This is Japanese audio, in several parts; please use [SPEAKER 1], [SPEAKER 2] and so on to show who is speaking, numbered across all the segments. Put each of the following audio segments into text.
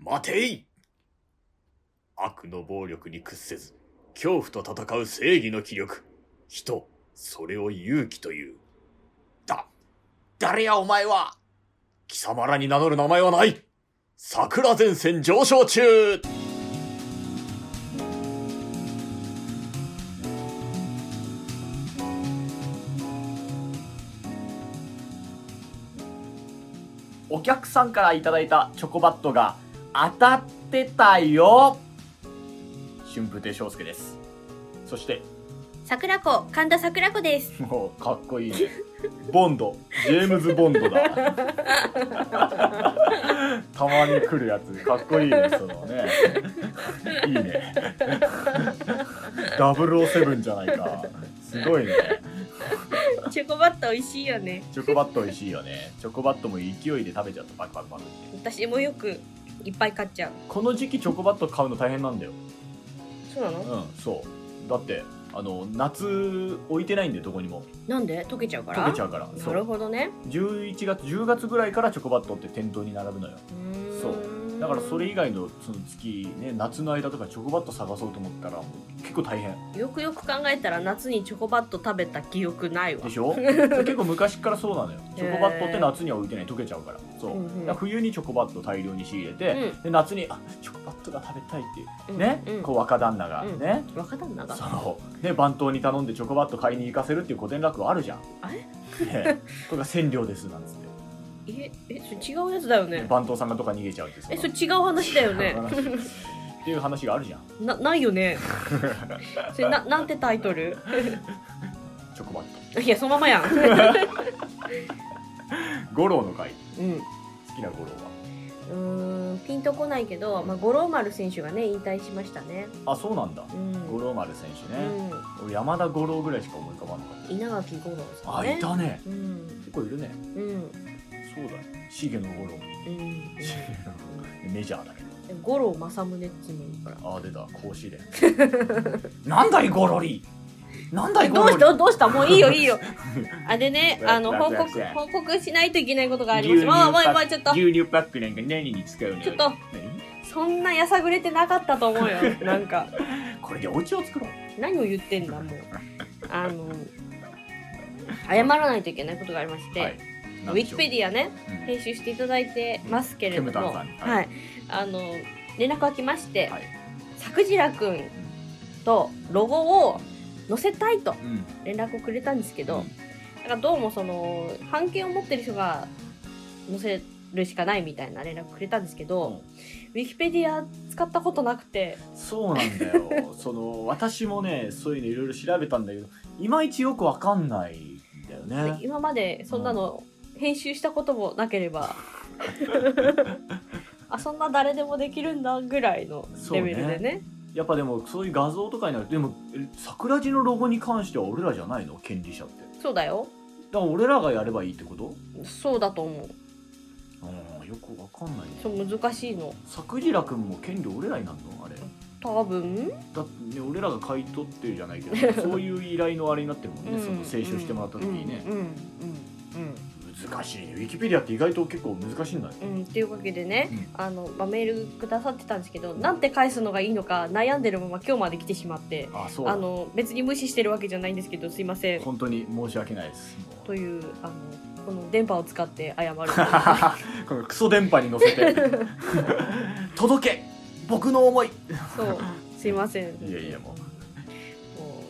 [SPEAKER 1] 待てい悪の暴力に屈せず、恐怖と戦う正義の気力。人、それを勇気という。だ、誰やお前は貴様らに名乗る名前はない桜前線上昇中
[SPEAKER 2] お客さんからいただいたチョコバットが当たってたよ春風亭昇介ですそして
[SPEAKER 3] 桜子神田桜子です
[SPEAKER 2] もうかっこいいねボンドジェームズ・ボンドだたまに来るやつかっこいいねそのねいいね007じゃないかすごいね
[SPEAKER 3] チョコバット美味しいよね
[SPEAKER 2] チョコバット美味しいよねチョコバットも勢いで食べちゃったパクパクパクって
[SPEAKER 3] 私もよくいっぱい買っちゃう
[SPEAKER 2] この時期チョコバット買うの大変なんだよ
[SPEAKER 3] そうなの、
[SPEAKER 2] うんそうだってあの夏置いてないんでどこにも
[SPEAKER 3] なんで溶けちゃうから
[SPEAKER 2] 溶けちゃうからそ
[SPEAKER 3] なる
[SPEAKER 2] う
[SPEAKER 3] ほどね
[SPEAKER 2] 11月10月ぐらいからチョコバットって店頭に並ぶのよそう
[SPEAKER 3] う
[SPEAKER 2] だからそれ以
[SPEAKER 3] 外
[SPEAKER 2] 外のその月ね夏の間とかチョコバット探そうと思ったらもう結構大変
[SPEAKER 3] よくよく考えたら夏にチョコバット食べた記憶ないわ
[SPEAKER 2] で しょそれ結構昔からそうなのよチョコバットって
[SPEAKER 3] へー
[SPEAKER 2] 夏には置いてない溶けちゃうからそう、
[SPEAKER 3] うんうん
[SPEAKER 2] だから冬にチョコバット大量に仕入れて、
[SPEAKER 3] う
[SPEAKER 2] で夏にあチョコバットが食べたいっていう、
[SPEAKER 3] うん
[SPEAKER 2] ね、
[SPEAKER 3] うん
[SPEAKER 2] こう若旦那が
[SPEAKER 3] うん
[SPEAKER 2] ね、
[SPEAKER 3] わかったんだが
[SPEAKER 2] そうね番頭に頼んでチョコバット買いに行かせるっていう古典落語あるじゃん
[SPEAKER 3] あれ
[SPEAKER 2] ねこれが千両ですなんつって、
[SPEAKER 3] ええそれ違うやつだよね
[SPEAKER 2] 番頭さんがどっか逃げちゃうってその
[SPEAKER 3] えそれ違う話だよね
[SPEAKER 2] 話っていう話があるじゃん
[SPEAKER 3] なない よねそれななんてタイトル
[SPEAKER 2] チョコバッ
[SPEAKER 3] いやその ままやん
[SPEAKER 2] ト五郎の会
[SPEAKER 3] うん
[SPEAKER 2] 好きな五郎
[SPEAKER 3] うーんピンとこないけど、まあ、五郎丸選手がね引退しましたね。
[SPEAKER 2] はあそうなんだ
[SPEAKER 3] うん、
[SPEAKER 2] 五郎丸選手
[SPEAKER 3] う
[SPEAKER 2] ね、
[SPEAKER 3] ん、
[SPEAKER 2] 俺山田五郎ぐらいしか思い浮かばなかっ
[SPEAKER 3] 稲垣五郎
[SPEAKER 2] た
[SPEAKER 3] さん
[SPEAKER 2] あ
[SPEAKER 3] ね。
[SPEAKER 2] いたね
[SPEAKER 3] うん
[SPEAKER 2] 結構いるね
[SPEAKER 3] うん
[SPEAKER 2] そうだね重野五郎
[SPEAKER 3] うん。
[SPEAKER 2] メジャーだけど
[SPEAKER 3] 五郎正宗っつうのいいから。
[SPEAKER 2] ああ出た甲子園 なんだいゴロリなんだい
[SPEAKER 3] ど
[SPEAKER 2] ゴ
[SPEAKER 3] う
[SPEAKER 2] ロ
[SPEAKER 3] し
[SPEAKER 2] リ
[SPEAKER 3] たどうしたもういいよい いよ。あでねあの
[SPEAKER 2] や
[SPEAKER 3] 報
[SPEAKER 2] や
[SPEAKER 3] 告
[SPEAKER 2] や
[SPEAKER 3] 報告しないといけないことがあります。まあまあまあちょっと
[SPEAKER 2] 牛乳パックなんか何に使うの
[SPEAKER 3] ちょっと
[SPEAKER 2] 何
[SPEAKER 3] そんなやさぐれてなかったと思うよ。なんか
[SPEAKER 2] これでお家を作ろう
[SPEAKER 3] 何を言ってんだもう。あの謝らないといけないことがありまして、
[SPEAKER 2] はい
[SPEAKER 3] ウィキペ
[SPEAKER 2] デ
[SPEAKER 3] ディアね。
[SPEAKER 2] ィ
[SPEAKER 3] 編集していただいてますけれども、
[SPEAKER 2] ケムタ
[SPEAKER 3] は
[SPEAKER 2] ン
[SPEAKER 3] い
[SPEAKER 2] さんはい
[SPEAKER 3] あの連絡が来まして、
[SPEAKER 2] はい
[SPEAKER 3] 作らくんとロゴを載せたいと
[SPEAKER 2] うんうん
[SPEAKER 3] 連絡をくれたんですけ
[SPEAKER 2] う
[SPEAKER 3] ど
[SPEAKER 2] ん、
[SPEAKER 3] なんかどうもその版権を持ってる人が載せるしかないみたいな連絡くれたんですけど、ウィキペディア使ったことなくて、
[SPEAKER 2] そうなんだ よその私もねそういうのいろいろ調べたんだけどいまいちよくわかんないんだよね
[SPEAKER 3] 今までそんなの編集したこともなけ れば。あそんな誰でもできるんだぐらいのレベルでね
[SPEAKER 2] やっぱでもそういう画像とかになるとでもえ桜地のロゴに関しては俺らじゃないの権利者ってだか
[SPEAKER 3] そうだよ
[SPEAKER 2] ら俺らがやればいいってこと
[SPEAKER 3] そうだと思う
[SPEAKER 2] うんよくわかんないね
[SPEAKER 3] そう難しいの
[SPEAKER 2] 作地楽も権利俺らになるのあれだ
[SPEAKER 3] 多分
[SPEAKER 2] ってね俺らが買い取ってるじゃないけ どそういう依頼のあれになってるもんね、その清書してもらった時にね
[SPEAKER 3] う、んうん
[SPEAKER 2] 難しいねウィキペディアって意外と結構難しいんだね
[SPEAKER 3] うんうんっていうわけでね、
[SPEAKER 2] う
[SPEAKER 3] あのまあ、メールくださってたんですけどなんて返すのがいいのか悩んでるまま今日まで来てしまって
[SPEAKER 2] あそうだ
[SPEAKER 3] あの別に無視してるわけじゃないんですけどすいません
[SPEAKER 2] 本当に申し訳ないですもう
[SPEAKER 3] というあのこの電波を使って謝るという
[SPEAKER 2] このクソ電波に乗せて 届け僕の思い
[SPEAKER 3] そうすいません
[SPEAKER 2] いやいやも
[SPEAKER 3] も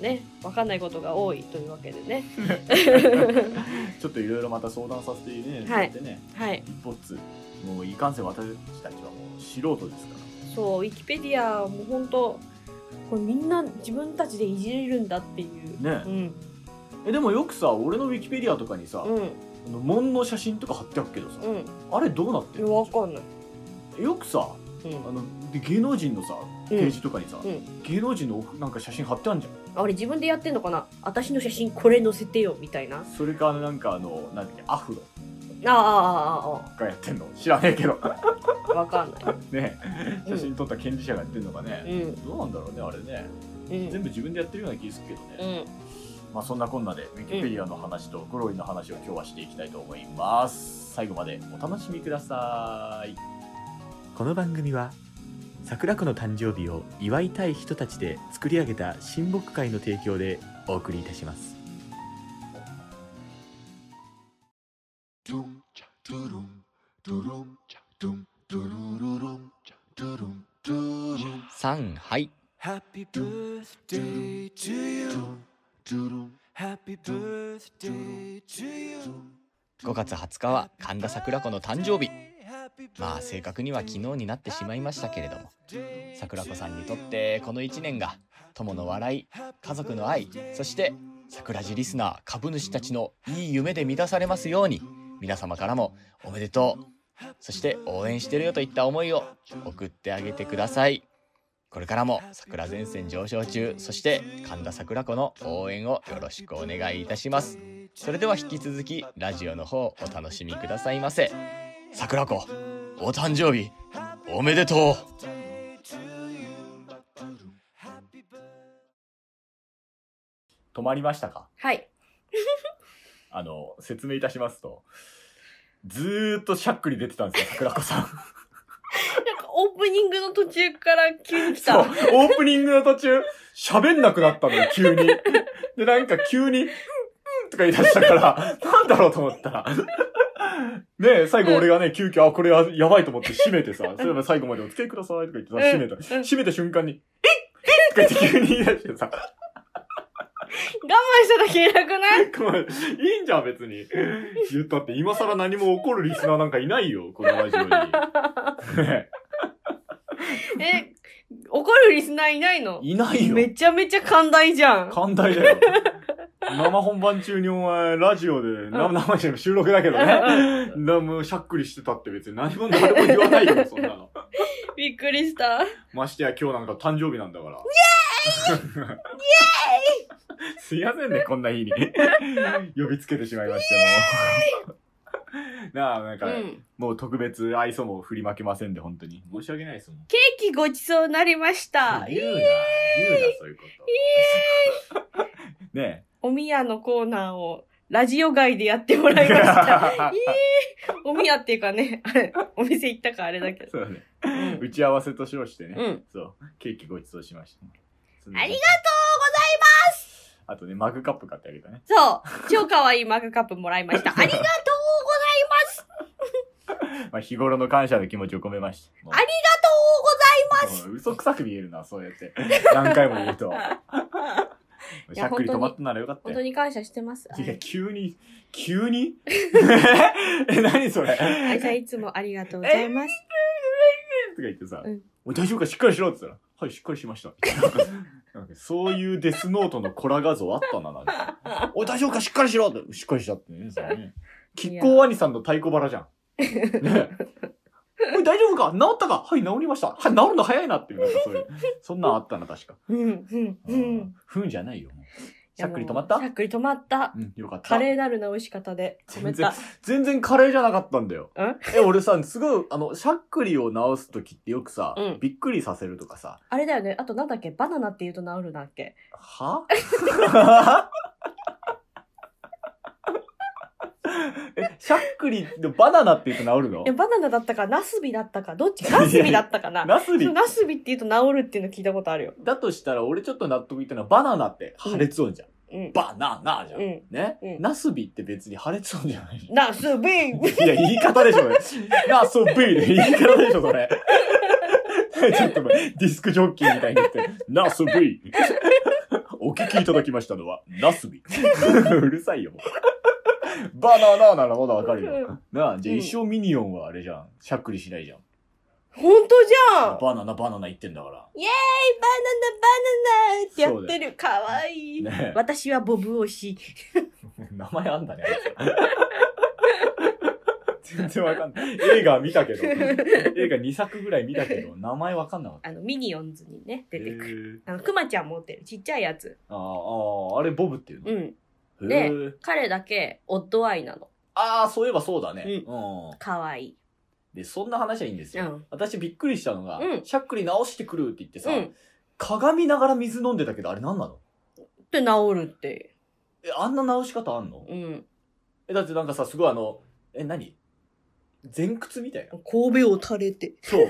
[SPEAKER 3] うね分かんないことが多いというわけでね
[SPEAKER 2] うちょっといろいろまた相談させてね、
[SPEAKER 3] はい
[SPEAKER 2] やってね
[SPEAKER 3] はい
[SPEAKER 2] 一歩ずつもういかんせん私たちはもう素人ですか
[SPEAKER 3] そうウィキペディアもう本当これみんな自分たちでいじれるんだっていう、
[SPEAKER 2] ら
[SPEAKER 3] う
[SPEAKER 2] ね
[SPEAKER 3] ん
[SPEAKER 2] えでもよくさ俺のウィキペディアとかにさ、
[SPEAKER 3] うん
[SPEAKER 2] あの門の写真とか貼ってあるけどさ、
[SPEAKER 3] うん
[SPEAKER 2] あれどうなって
[SPEAKER 3] い
[SPEAKER 2] る
[SPEAKER 3] や
[SPEAKER 2] の
[SPEAKER 3] わかんない。
[SPEAKER 2] よくさ
[SPEAKER 3] う
[SPEAKER 2] あ
[SPEAKER 3] ん、
[SPEAKER 2] ので芸能人のさページとかにさ、
[SPEAKER 3] うんう
[SPEAKER 2] 芸能人のなんか写真貼ってあるじゃん
[SPEAKER 3] あれ自分でやってんのかな私の写真これ載せてよみたいな。
[SPEAKER 2] それからなんかあのなんだっけアフロ
[SPEAKER 3] ああああ
[SPEAKER 2] がやってんの知らねえけ ど
[SPEAKER 3] ああ、わかんない。
[SPEAKER 2] ね
[SPEAKER 3] うん
[SPEAKER 2] 写真撮った権利者がやってるのか ね、
[SPEAKER 3] うん
[SPEAKER 2] どうなんだろうねあれね、
[SPEAKER 3] うん
[SPEAKER 2] 全部自分でやってるような気がするけどね、
[SPEAKER 3] うん。
[SPEAKER 2] まあそんなこんなでウィキペディアの話とグロリの話を今日はしていきたいと思います最後までお楽しみください
[SPEAKER 4] この番組は桜子の誕生日を祝いたい人たちで作り上げた親睦会の提供でお送りいたします
[SPEAKER 5] さんはい。
[SPEAKER 6] Happy birthday to you. Happy birthday to you.
[SPEAKER 5] 5月20日は神田桜子の誕生日。まあ正確には昨日
[SPEAKER 6] に
[SPEAKER 5] になってしまいましたけれども、桜子さんにとってこの1年が友の笑い、家族の愛、そして桜地リスナー株主たちのいい夢で満たされますように、皆様からもおめでとう、そして応援してるよといった思いを送ってあげてください。これからも桜前線上昇中、そして神田桜子の応援をよろしくお願いいたします。それでは引き続きラジオの方お楽しみくださいませ。桜子、お誕生日おめでとう
[SPEAKER 2] 止まりましたか
[SPEAKER 3] はい。
[SPEAKER 2] あの、説明いたしますと、ずーっとしゃっくり出てたんですよ、桜子さん。
[SPEAKER 3] なんかオープニングの途中から急に来
[SPEAKER 2] そう
[SPEAKER 3] た。、
[SPEAKER 2] オープニングの途中、喋んなくなったのよ、急に。で、なんか急に、うんとか言い出したから、なんだろうと思ったら。ねえ、最後俺がね、急遽、あ、これはやばいと思って閉めてさ、そういえば最後までお付き合いくださいとか言ってさ、閉めた。
[SPEAKER 3] うん
[SPEAKER 2] 閉めた瞬間に、えっえっとか言って急に言い出してさ、
[SPEAKER 3] 我慢しただけ偉くな い
[SPEAKER 2] これいいんじゃん、別に。言ったって、今更何も怒るリスナーなんかいないよ、このラジ オに。ね
[SPEAKER 3] え、怒るリスナーいないの
[SPEAKER 2] えいないよ。
[SPEAKER 3] めちゃめちゃ寛大じゃん。
[SPEAKER 2] 寛大だよ。生本番中にお前、ラジオで、な生じゃない収録だけどね。なもうしゃっくりしてたって別に何も誰も言わないよ、そんなの。
[SPEAKER 3] びっくりした。
[SPEAKER 2] ましてや今日なんか誕生日なんだから。イエーイすいませんね、こんな日に。呼びつけてしまいましても。なあ、なん
[SPEAKER 3] う
[SPEAKER 2] か、
[SPEAKER 3] ん。
[SPEAKER 2] もう特別愛想も振りまけませんで、本当に。申し訳ないですもん。
[SPEAKER 3] ケーキごちそうになりまし
[SPEAKER 2] 言う
[SPEAKER 3] た。
[SPEAKER 2] な、言うな、そういうこと。ね
[SPEAKER 3] おみやのコーナーをラジオ外でやってもらいました。
[SPEAKER 2] え。
[SPEAKER 3] おみやっていうかね、あれお店行ったかあれだけど。
[SPEAKER 2] そうだね。
[SPEAKER 3] うん
[SPEAKER 2] 打ち合わせと称してね、
[SPEAKER 3] うん
[SPEAKER 2] そう、ケーキごちそうしました、
[SPEAKER 3] ありがとうござい
[SPEAKER 2] ますあとね、マグカップ買ってあげたね。
[SPEAKER 3] そう。超可愛いマグカップもらいました。ありがとうござい ます。
[SPEAKER 2] まあ、日頃の感謝の気持ちを込めました。もう
[SPEAKER 3] ありがとうございます。
[SPEAKER 2] もう嘘くさく見えるな、そうやって。 何回も言う と。しゃっくり止まったならよかった
[SPEAKER 3] 本
[SPEAKER 2] よ
[SPEAKER 3] 当。に感謝してます。
[SPEAKER 2] いや、急に、急に え、何それ
[SPEAKER 3] あい
[SPEAKER 2] と
[SPEAKER 3] さ
[SPEAKER 2] か
[SPEAKER 3] んいつもありがとうございます。
[SPEAKER 2] 言ってさ、
[SPEAKER 3] うん
[SPEAKER 2] おい大丈夫かしっかりしろって言ったら、はい、しっかりしました。なんかそういうデスノートのコラ画像あったな、なんか。 おい、大丈夫かしっかりしろって、しっかりしちゃってね、それね。きっこう兄さんの太鼓腹じ ゃん。ねえおい、大丈夫か治ったかはい、治りました。はい、治るの早いなっていう、なんかそういう。そんなんあったな、確か。
[SPEAKER 3] うん、うん、う
[SPEAKER 2] うんん。ふんじゃないよ。もうし
[SPEAKER 3] いや
[SPEAKER 2] ゃっくり止まった
[SPEAKER 3] もうしゃっくり止まった。
[SPEAKER 2] うん、よかった。
[SPEAKER 3] 華麗なる直し方で止め
[SPEAKER 2] 全然
[SPEAKER 3] た。、
[SPEAKER 2] 全然カレーじゃなかったんだよ
[SPEAKER 3] ん。
[SPEAKER 2] え、俺さ、すごい、あの、しゃっくりを直すときってよくさ、
[SPEAKER 3] うん
[SPEAKER 2] びっくりさせるとかさ、
[SPEAKER 3] あれだよね。あとなんだっけバナナって言うと治るなっけ
[SPEAKER 2] は え、しゃっくりのバナナって言うと治るの
[SPEAKER 3] いや、バナナだったか、ナスビだったか、どっちか、ナスビだったかな。
[SPEAKER 2] ナス
[SPEAKER 3] そ
[SPEAKER 2] リ
[SPEAKER 3] うナスビって言うと治るっていうの聞いたことあるよ。
[SPEAKER 2] だとしたら、俺ちょっと納得いったのは、バナナって破裂音じゃん。
[SPEAKER 3] うん。
[SPEAKER 2] バナナじゃん。
[SPEAKER 3] うん
[SPEAKER 2] ね、
[SPEAKER 3] うん
[SPEAKER 2] ナスビって別に破裂音じゃない。
[SPEAKER 3] ナスビ
[SPEAKER 2] いや、言い方でしょ、これ。ナスビで言い方でしょ、それ。ちょっともうディスクジョッキーみたいに言って、ナスビお聞きいただきましたのは、ナスビうるさいよ。もうバナナならまだわかるよ。なあ、じゃあ
[SPEAKER 3] うん
[SPEAKER 2] 一生ミニオンはあれじゃん。しゃっくりしないじゃん。
[SPEAKER 3] 本当じゃん
[SPEAKER 2] バナナバナナ言ってんだか
[SPEAKER 3] バナナバナナってやってる。かわいい。
[SPEAKER 2] ら。ねえ
[SPEAKER 3] 私はボブ推し。
[SPEAKER 2] 名前あんだね。あいつ全然わかんない。映画は見た けど、映画2作ぐらい見たけど、名前わかんなかった。
[SPEAKER 3] あの、ミニオンズにね、出てくる。
[SPEAKER 2] る。
[SPEAKER 3] あの、クマちゃん持ってる。ちっちゃいやつ。
[SPEAKER 2] あーあー、あれボブっていうの、
[SPEAKER 3] うん。
[SPEAKER 2] へ
[SPEAKER 3] で
[SPEAKER 2] ー
[SPEAKER 3] 彼だけ、オッドアイなの。
[SPEAKER 2] ああ、そういえばそうだね、
[SPEAKER 3] う
[SPEAKER 2] うん。
[SPEAKER 3] かわいい。
[SPEAKER 2] で、そんな話はいいんです
[SPEAKER 3] う
[SPEAKER 2] よ。
[SPEAKER 3] ん。
[SPEAKER 2] 私びっくりしたのが、
[SPEAKER 3] うん
[SPEAKER 2] しゃっくり直してくるって言ってさ、
[SPEAKER 3] うん。
[SPEAKER 2] 鏡見ながら水飲んでたけど、あれ何なの
[SPEAKER 3] って治るって。
[SPEAKER 2] え、あんな直し方あんの
[SPEAKER 3] うん。
[SPEAKER 2] え、だってなんかさ、すごいあの、え、何前屈みたいな。
[SPEAKER 3] 神戸を垂れて。
[SPEAKER 2] そう。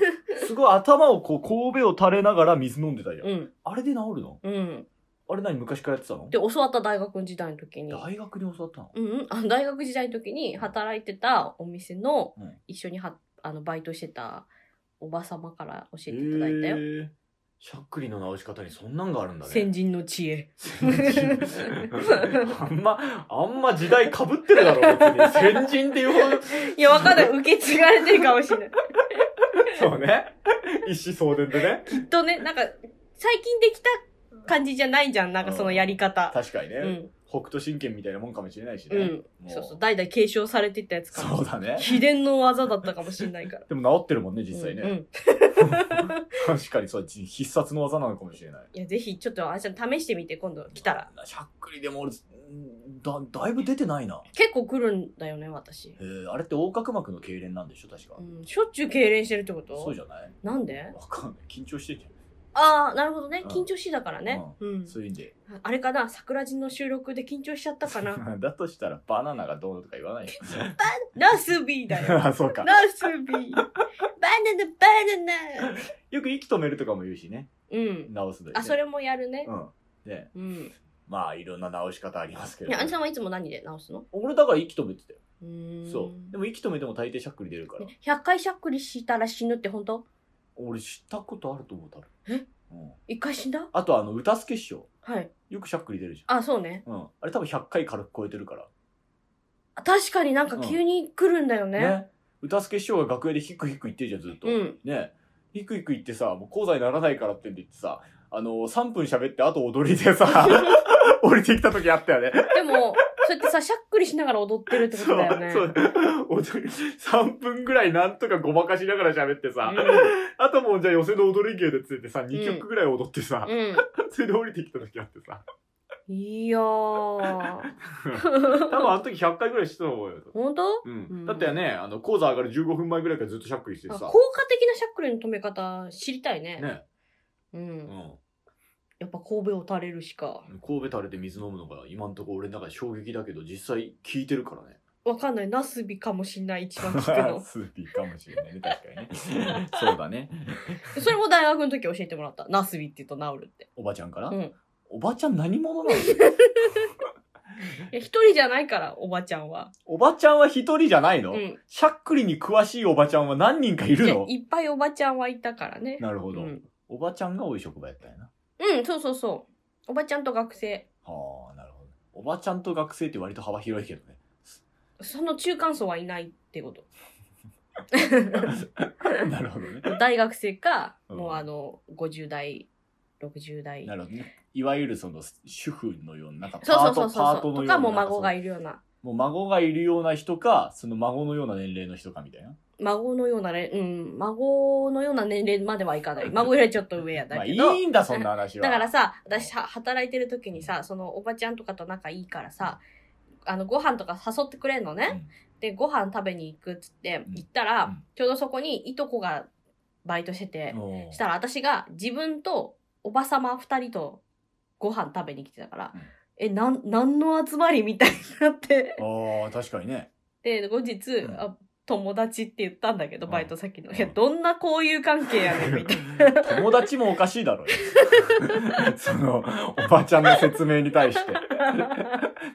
[SPEAKER 2] すごい頭をこう、神戸を垂れながら水飲んでたじゃん。
[SPEAKER 3] うん。
[SPEAKER 2] あれで治るの
[SPEAKER 3] うん。
[SPEAKER 2] あれ何昔からやってたの
[SPEAKER 3] で、教わった大学時代の時に。
[SPEAKER 2] 大学に教わったの
[SPEAKER 3] うんうんあの、大学時代の時に働いてたお店の
[SPEAKER 2] うん
[SPEAKER 3] 一緒にはあのバイトしてたおば様から教
[SPEAKER 2] へ
[SPEAKER 3] えていただいたよ。
[SPEAKER 2] ーしゃっくりの治し方にそんなんがあるんだね。
[SPEAKER 3] 先人の知恵。
[SPEAKER 2] あんま、あんま時代被ってるだろ、別に。先人っていうほ ど。
[SPEAKER 3] いや、わかんない。受け継がれてるかもしれない。
[SPEAKER 2] そうね。一子相伝でね。
[SPEAKER 3] きっとね、なんか、最近できた感じじゃないじゃん。なんかそのやり方。
[SPEAKER 2] 確かにね、
[SPEAKER 3] うん。
[SPEAKER 2] 北斗神拳みたいなもんかもしれないしね。
[SPEAKER 3] うん。
[SPEAKER 2] も
[SPEAKER 3] そうそう。代々継承されてったやつか
[SPEAKER 2] そ
[SPEAKER 3] も
[SPEAKER 2] う。だね。
[SPEAKER 3] 秘伝の技だったかもしれないから。
[SPEAKER 2] でも治ってるもんね、 実際ね。
[SPEAKER 3] うんうん。
[SPEAKER 2] 確かにそう、必殺の技なのかもしれない。
[SPEAKER 3] いや、ぜひ、ちょっと、あやちゃん試してみて、今度来たら。。
[SPEAKER 2] しゃっくりでも俺、うんだ、だいぶ出てないな。
[SPEAKER 3] 結構来るんだよね、私。
[SPEAKER 2] えー、あれって横隔膜の痙攣なんでしょ、確か
[SPEAKER 3] う。ん。しょっちゅう痙攣してるってこと
[SPEAKER 2] そうじゃない
[SPEAKER 3] なんで
[SPEAKER 2] わかんない。緊張してんじゃ
[SPEAKER 3] ああ、なるほどね
[SPEAKER 2] う。ん
[SPEAKER 3] 緊張しいだからね。うん
[SPEAKER 2] ん。。そういうんで。
[SPEAKER 3] あれかな桜地の収録で緊張しちゃったかな
[SPEAKER 2] だとしたら、バナナがどうのとか言わないよ。
[SPEAKER 3] ラスビーだ よ。
[SPEAKER 2] あ、そうか。
[SPEAKER 3] ラスビー。バナナ、バナナ。
[SPEAKER 2] よく息止めるとかも言うしね。
[SPEAKER 3] うん。
[SPEAKER 2] 直すのにね
[SPEAKER 3] あ、それもやるね。
[SPEAKER 2] うん。ね。
[SPEAKER 3] うん。
[SPEAKER 2] まあ、いろんな直し方ありますけ
[SPEAKER 3] い
[SPEAKER 2] ど、
[SPEAKER 3] や、アニさんはいつも何で直すの
[SPEAKER 2] 俺だから息止めてたよ。
[SPEAKER 3] うーん
[SPEAKER 2] そう。でも息止めても大抵しゃっくり出るから。
[SPEAKER 3] 100回しゃっくりしたら死ぬって本当
[SPEAKER 2] 俺知ったことあると思うたる。
[SPEAKER 3] え
[SPEAKER 2] うん。
[SPEAKER 3] 一回死んだ
[SPEAKER 2] あと、あの、歌助師匠。
[SPEAKER 3] はい。
[SPEAKER 2] よくしゃっくり出るじ
[SPEAKER 3] あ、そうね。
[SPEAKER 2] ゃん。うん。あれ多分100回軽く超えてるから。
[SPEAKER 3] あ確かになんか急に来るんだよね。
[SPEAKER 2] ね。歌助師匠が楽屋でヒクヒク言ってるじゃん、ずっと。
[SPEAKER 3] うん。
[SPEAKER 2] ね。ヒクヒク言ってさ、もう講座にならないからって言ってさ、あの、3分喋って、あと踊りでさ、 降りてきた時あったよね。
[SPEAKER 3] でも、そうやってさ、しゃっくりしながら踊ってるってことだよね。
[SPEAKER 2] そう、そう。踊り、3分ぐらいなんとかごまかしながら喋ってさ、
[SPEAKER 3] う
[SPEAKER 2] あともうじゃあ寄せの踊り芸でついてさ、2曲ぐらい踊ってさ、
[SPEAKER 3] ん。
[SPEAKER 2] それで降りてきた時あって さ、
[SPEAKER 3] うん。いやー。
[SPEAKER 2] 多分あの時100回ぐらいしてたと思うよ。
[SPEAKER 3] 本当
[SPEAKER 2] う
[SPEAKER 3] うん
[SPEAKER 2] ん、だってね、あの、講座上がる15分前ぐらいからずっとしゃっくりして
[SPEAKER 3] あ効
[SPEAKER 2] てさ
[SPEAKER 3] 果、的なしゃっくりの止め方知りたいね。
[SPEAKER 2] ね、
[SPEAKER 3] う。
[SPEAKER 2] うんん。
[SPEAKER 3] やっぱ神戸を垂れるしか。
[SPEAKER 2] 神戸垂れて水飲むのが今んとこ俺の中で衝撃だけど、実際聞いてるからね。。
[SPEAKER 3] わかんない。ナスビかもしんない、一番聞く の
[SPEAKER 2] スーピーかもしれないね、確かに ね。そうだね。
[SPEAKER 3] それも大学の時教えてもらった。ナスビって言うと治るって。
[SPEAKER 2] おばちゃんから、
[SPEAKER 3] うん
[SPEAKER 2] おばちゃん何者なの
[SPEAKER 3] いや、一人じゃないから、おばちゃんは。
[SPEAKER 2] おばちゃんは一人じゃないうの、
[SPEAKER 3] ん。
[SPEAKER 2] しゃっくりに詳しいおばちゃんは何人かい
[SPEAKER 3] い
[SPEAKER 2] る
[SPEAKER 3] や
[SPEAKER 2] の
[SPEAKER 3] いっぱいおばちゃんはいたからね。
[SPEAKER 2] なるほ
[SPEAKER 3] う
[SPEAKER 2] ど、
[SPEAKER 3] ん。
[SPEAKER 2] おばちゃんが多い職場やったんやな。
[SPEAKER 3] うん、そうそうそう。おばちゃんと学生。
[SPEAKER 2] はあ、なるほど。おばちゃんと学生って割と幅広いけどね。
[SPEAKER 3] その中間層はいないってこと。
[SPEAKER 2] なるほどね。
[SPEAKER 3] 大学生か、
[SPEAKER 2] うん
[SPEAKER 3] もうあの、50代、60 代。
[SPEAKER 2] なるほどね。いわゆるその主婦のような、なんかパ
[SPEAKER 3] そうそ
[SPEAKER 2] ー
[SPEAKER 3] うそ
[SPEAKER 2] ト
[SPEAKER 3] う
[SPEAKER 2] パ
[SPEAKER 3] そう
[SPEAKER 2] ートのよ
[SPEAKER 3] と
[SPEAKER 2] うな。
[SPEAKER 3] か、もう孫が
[SPEAKER 2] いる。
[SPEAKER 3] いるような。
[SPEAKER 2] もう孫がいるような人か、その孫のような年齢の人かみたいな。
[SPEAKER 3] 孫のようなね、うん、孫のような年齢まではいかない。孫よりちょっと上や
[SPEAKER 2] ま
[SPEAKER 3] だ
[SPEAKER 2] あ
[SPEAKER 3] け
[SPEAKER 2] い
[SPEAKER 3] ど。
[SPEAKER 2] いんだ、そんな話は。
[SPEAKER 3] だからさ、私は働いてる時にさ、そのおばちゃんとかと仲いいからさ、あの、ご飯とか誘ってくれんのね。で、ご飯食べに行くっつって、
[SPEAKER 2] うん
[SPEAKER 3] 行ったら、
[SPEAKER 2] うん
[SPEAKER 3] ちょうどそこにいとこがバイトしてて、
[SPEAKER 2] おー、
[SPEAKER 3] したら私が自分とおばさま二人とご飯食べに来てたから、
[SPEAKER 2] うん
[SPEAKER 3] え、なん、なんの集まりみたいになって。
[SPEAKER 2] あー確かにね。
[SPEAKER 3] で、後日、
[SPEAKER 2] ん
[SPEAKER 3] あ友達って言ったんだけど、バイト先の。
[SPEAKER 2] うん
[SPEAKER 3] いや、どんな交友関係やねん、みたいな。
[SPEAKER 2] 友達もおかしいだろうよ。その、おばちゃんの説明に対して。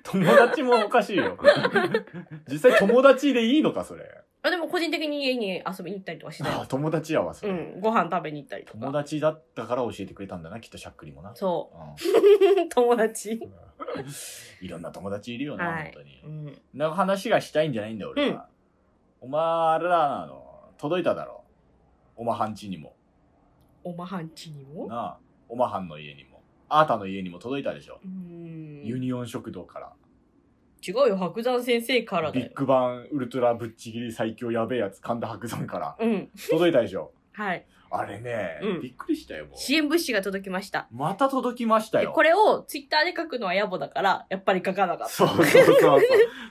[SPEAKER 2] 友達もおかしいよ。実際友達でいいのか、それ。
[SPEAKER 3] あでも、個人的に家に遊びに行ったりとかしてた
[SPEAKER 2] ああ、
[SPEAKER 3] よ。
[SPEAKER 2] 友達やわ、そうれ。
[SPEAKER 3] ん、ご飯食べに行ったりと
[SPEAKER 2] 友
[SPEAKER 3] か。
[SPEAKER 2] 達だったから教えてくれたんだな、きっとしゃっくりもな。
[SPEAKER 3] そう う、友達。
[SPEAKER 2] んいろんな友達いるよな、
[SPEAKER 3] はい
[SPEAKER 2] 本当に
[SPEAKER 3] う。ん。
[SPEAKER 2] なんか話がしたいんじゃないんだよ、俺は。お前、あれだな、あの、届いただろ。おまはんちにも。
[SPEAKER 3] おまはんちにも
[SPEAKER 2] なあ、おまはんの家にも。あーたの家にも届いたでしょ。
[SPEAKER 3] うん。
[SPEAKER 2] ユ
[SPEAKER 3] 違
[SPEAKER 2] ニオン食堂から。
[SPEAKER 3] うよ、白山先生から
[SPEAKER 2] ビ
[SPEAKER 3] だよ
[SPEAKER 2] ッ。グバンウルトラぶっちぎり最強やべえやつ神田伯山 から
[SPEAKER 3] うん。
[SPEAKER 2] 届いたでしょ
[SPEAKER 3] はい。
[SPEAKER 2] あれね、
[SPEAKER 3] うん
[SPEAKER 2] びっくりしたよも
[SPEAKER 3] 支援物資が届きました。
[SPEAKER 2] うまた届きました
[SPEAKER 3] で
[SPEAKER 2] よ
[SPEAKER 3] これをツイッターで書くのは野暮だから、やっぱり書かなかった。
[SPEAKER 2] そうそうそうそう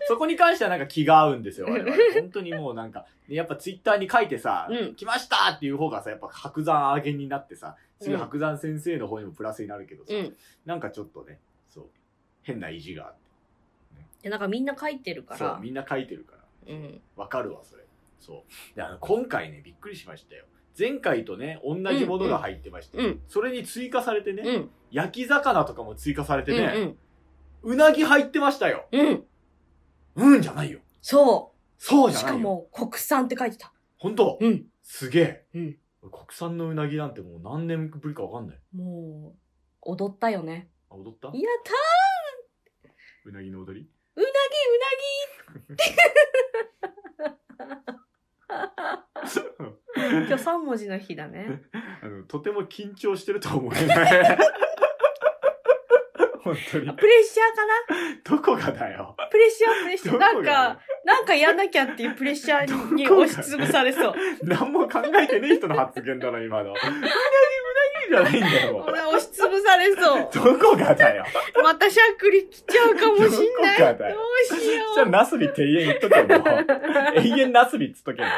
[SPEAKER 2] そこに関してはなんか気が合うんですよ我 々本当にもうなんかでやっぱツイッターに書いてさ「
[SPEAKER 3] うん
[SPEAKER 2] 来ました!」っていう方がさやっぱ白山上げになってさすぐ白山先生の方にもプラスになるけどさ、
[SPEAKER 3] うん。い
[SPEAKER 2] なんかちょっとねそう変な意地があって
[SPEAKER 3] や、なんかみんな書いてるか
[SPEAKER 2] そう
[SPEAKER 3] ら。
[SPEAKER 2] みんな書いてるから
[SPEAKER 3] うん。
[SPEAKER 2] わかるわそれそう。で、あの、今回ね、びっくりしましたよ。前回とね、同じものが入ってまして、
[SPEAKER 3] うんうん
[SPEAKER 2] それに追加されてね、
[SPEAKER 3] うん。
[SPEAKER 2] 焼き魚とかも追加されて
[SPEAKER 3] う
[SPEAKER 2] ね、
[SPEAKER 3] ん。
[SPEAKER 2] うなぎ入ってましたよ。
[SPEAKER 3] うん。うん。
[SPEAKER 2] うんじゃないよ。
[SPEAKER 3] そ
[SPEAKER 2] そう
[SPEAKER 3] う。
[SPEAKER 2] じゃ
[SPEAKER 3] し
[SPEAKER 2] ないよ。
[SPEAKER 3] かも、国産って書いてた。
[SPEAKER 2] 本当、
[SPEAKER 3] うん。
[SPEAKER 2] すげえ。
[SPEAKER 3] うん
[SPEAKER 2] 国産のうなぎなんてもう何年ぶりかわかんない。
[SPEAKER 3] もう、踊ったよね。
[SPEAKER 2] あ、踊った
[SPEAKER 3] やったー
[SPEAKER 2] うなぎの踊り
[SPEAKER 3] うなぎ、うなぎ今日3文字の日だね。
[SPEAKER 2] あの、とても緊張してるとは思え ない。本当に。
[SPEAKER 3] プレッシャーかな
[SPEAKER 2] どこがだよ。
[SPEAKER 3] プレッシャー、プレッシャ
[SPEAKER 2] どこ
[SPEAKER 3] ー。
[SPEAKER 2] が
[SPEAKER 3] なんか、なんかやんなきゃっていうプレッシャ
[SPEAKER 2] どこ
[SPEAKER 3] ー
[SPEAKER 2] が
[SPEAKER 3] に押しつぶされそう。
[SPEAKER 2] 何も考えてねえ人の発言だな、今の。うなぎ、うなぎじゃないんだよ。
[SPEAKER 3] 俺押しつぶされそう。
[SPEAKER 2] どこがだよ。
[SPEAKER 3] またしゃっくり来ちゃうかもしんない。
[SPEAKER 2] ど
[SPEAKER 3] ど
[SPEAKER 2] こかだよ
[SPEAKER 3] うし
[SPEAKER 2] じゃあ、
[SPEAKER 3] よ
[SPEAKER 2] ナスビ庭園行っとけもう。永遠ナスビっつっとけもう。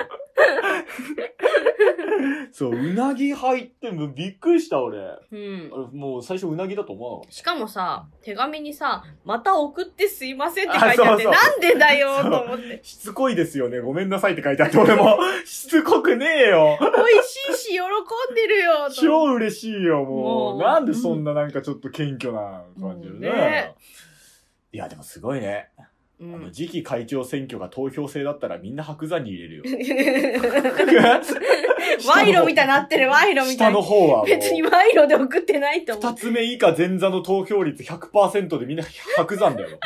[SPEAKER 2] そう、うなぎ入って、もうびっくりした、俺。あ
[SPEAKER 3] う。うん。
[SPEAKER 2] れもう最初うなぎだと思わなかった。
[SPEAKER 3] しかもさ、手紙にさ、また送ってすいませんって書いてあって、
[SPEAKER 2] あそうそう
[SPEAKER 3] なんでだよーと思って。
[SPEAKER 2] しつこいですよね。ごめんなさいって書いてあって、俺も。しつこくねえよ。
[SPEAKER 3] 美味しいし、喜んでるよーと思って。
[SPEAKER 2] 超嬉しいよ、も
[SPEAKER 3] も
[SPEAKER 2] う。
[SPEAKER 3] う
[SPEAKER 2] なんでそんななんかちょっと謙虚な感じで
[SPEAKER 3] うん
[SPEAKER 2] ね。
[SPEAKER 3] ね
[SPEAKER 2] いや、でもすごいね。あ
[SPEAKER 3] う
[SPEAKER 2] の、
[SPEAKER 3] ん
[SPEAKER 2] 次期会長選挙が投票制だったらみんな白山に入れ るよ。
[SPEAKER 3] 賄賂みたいになってる、賄賂み
[SPEAKER 2] 下
[SPEAKER 3] たい
[SPEAKER 2] の
[SPEAKER 3] な。
[SPEAKER 2] 方はもう。
[SPEAKER 3] 別に賄賂で送ってないと思
[SPEAKER 2] 二
[SPEAKER 3] う。
[SPEAKER 2] つ目以下前座の投票率100%でみんな白山だよ。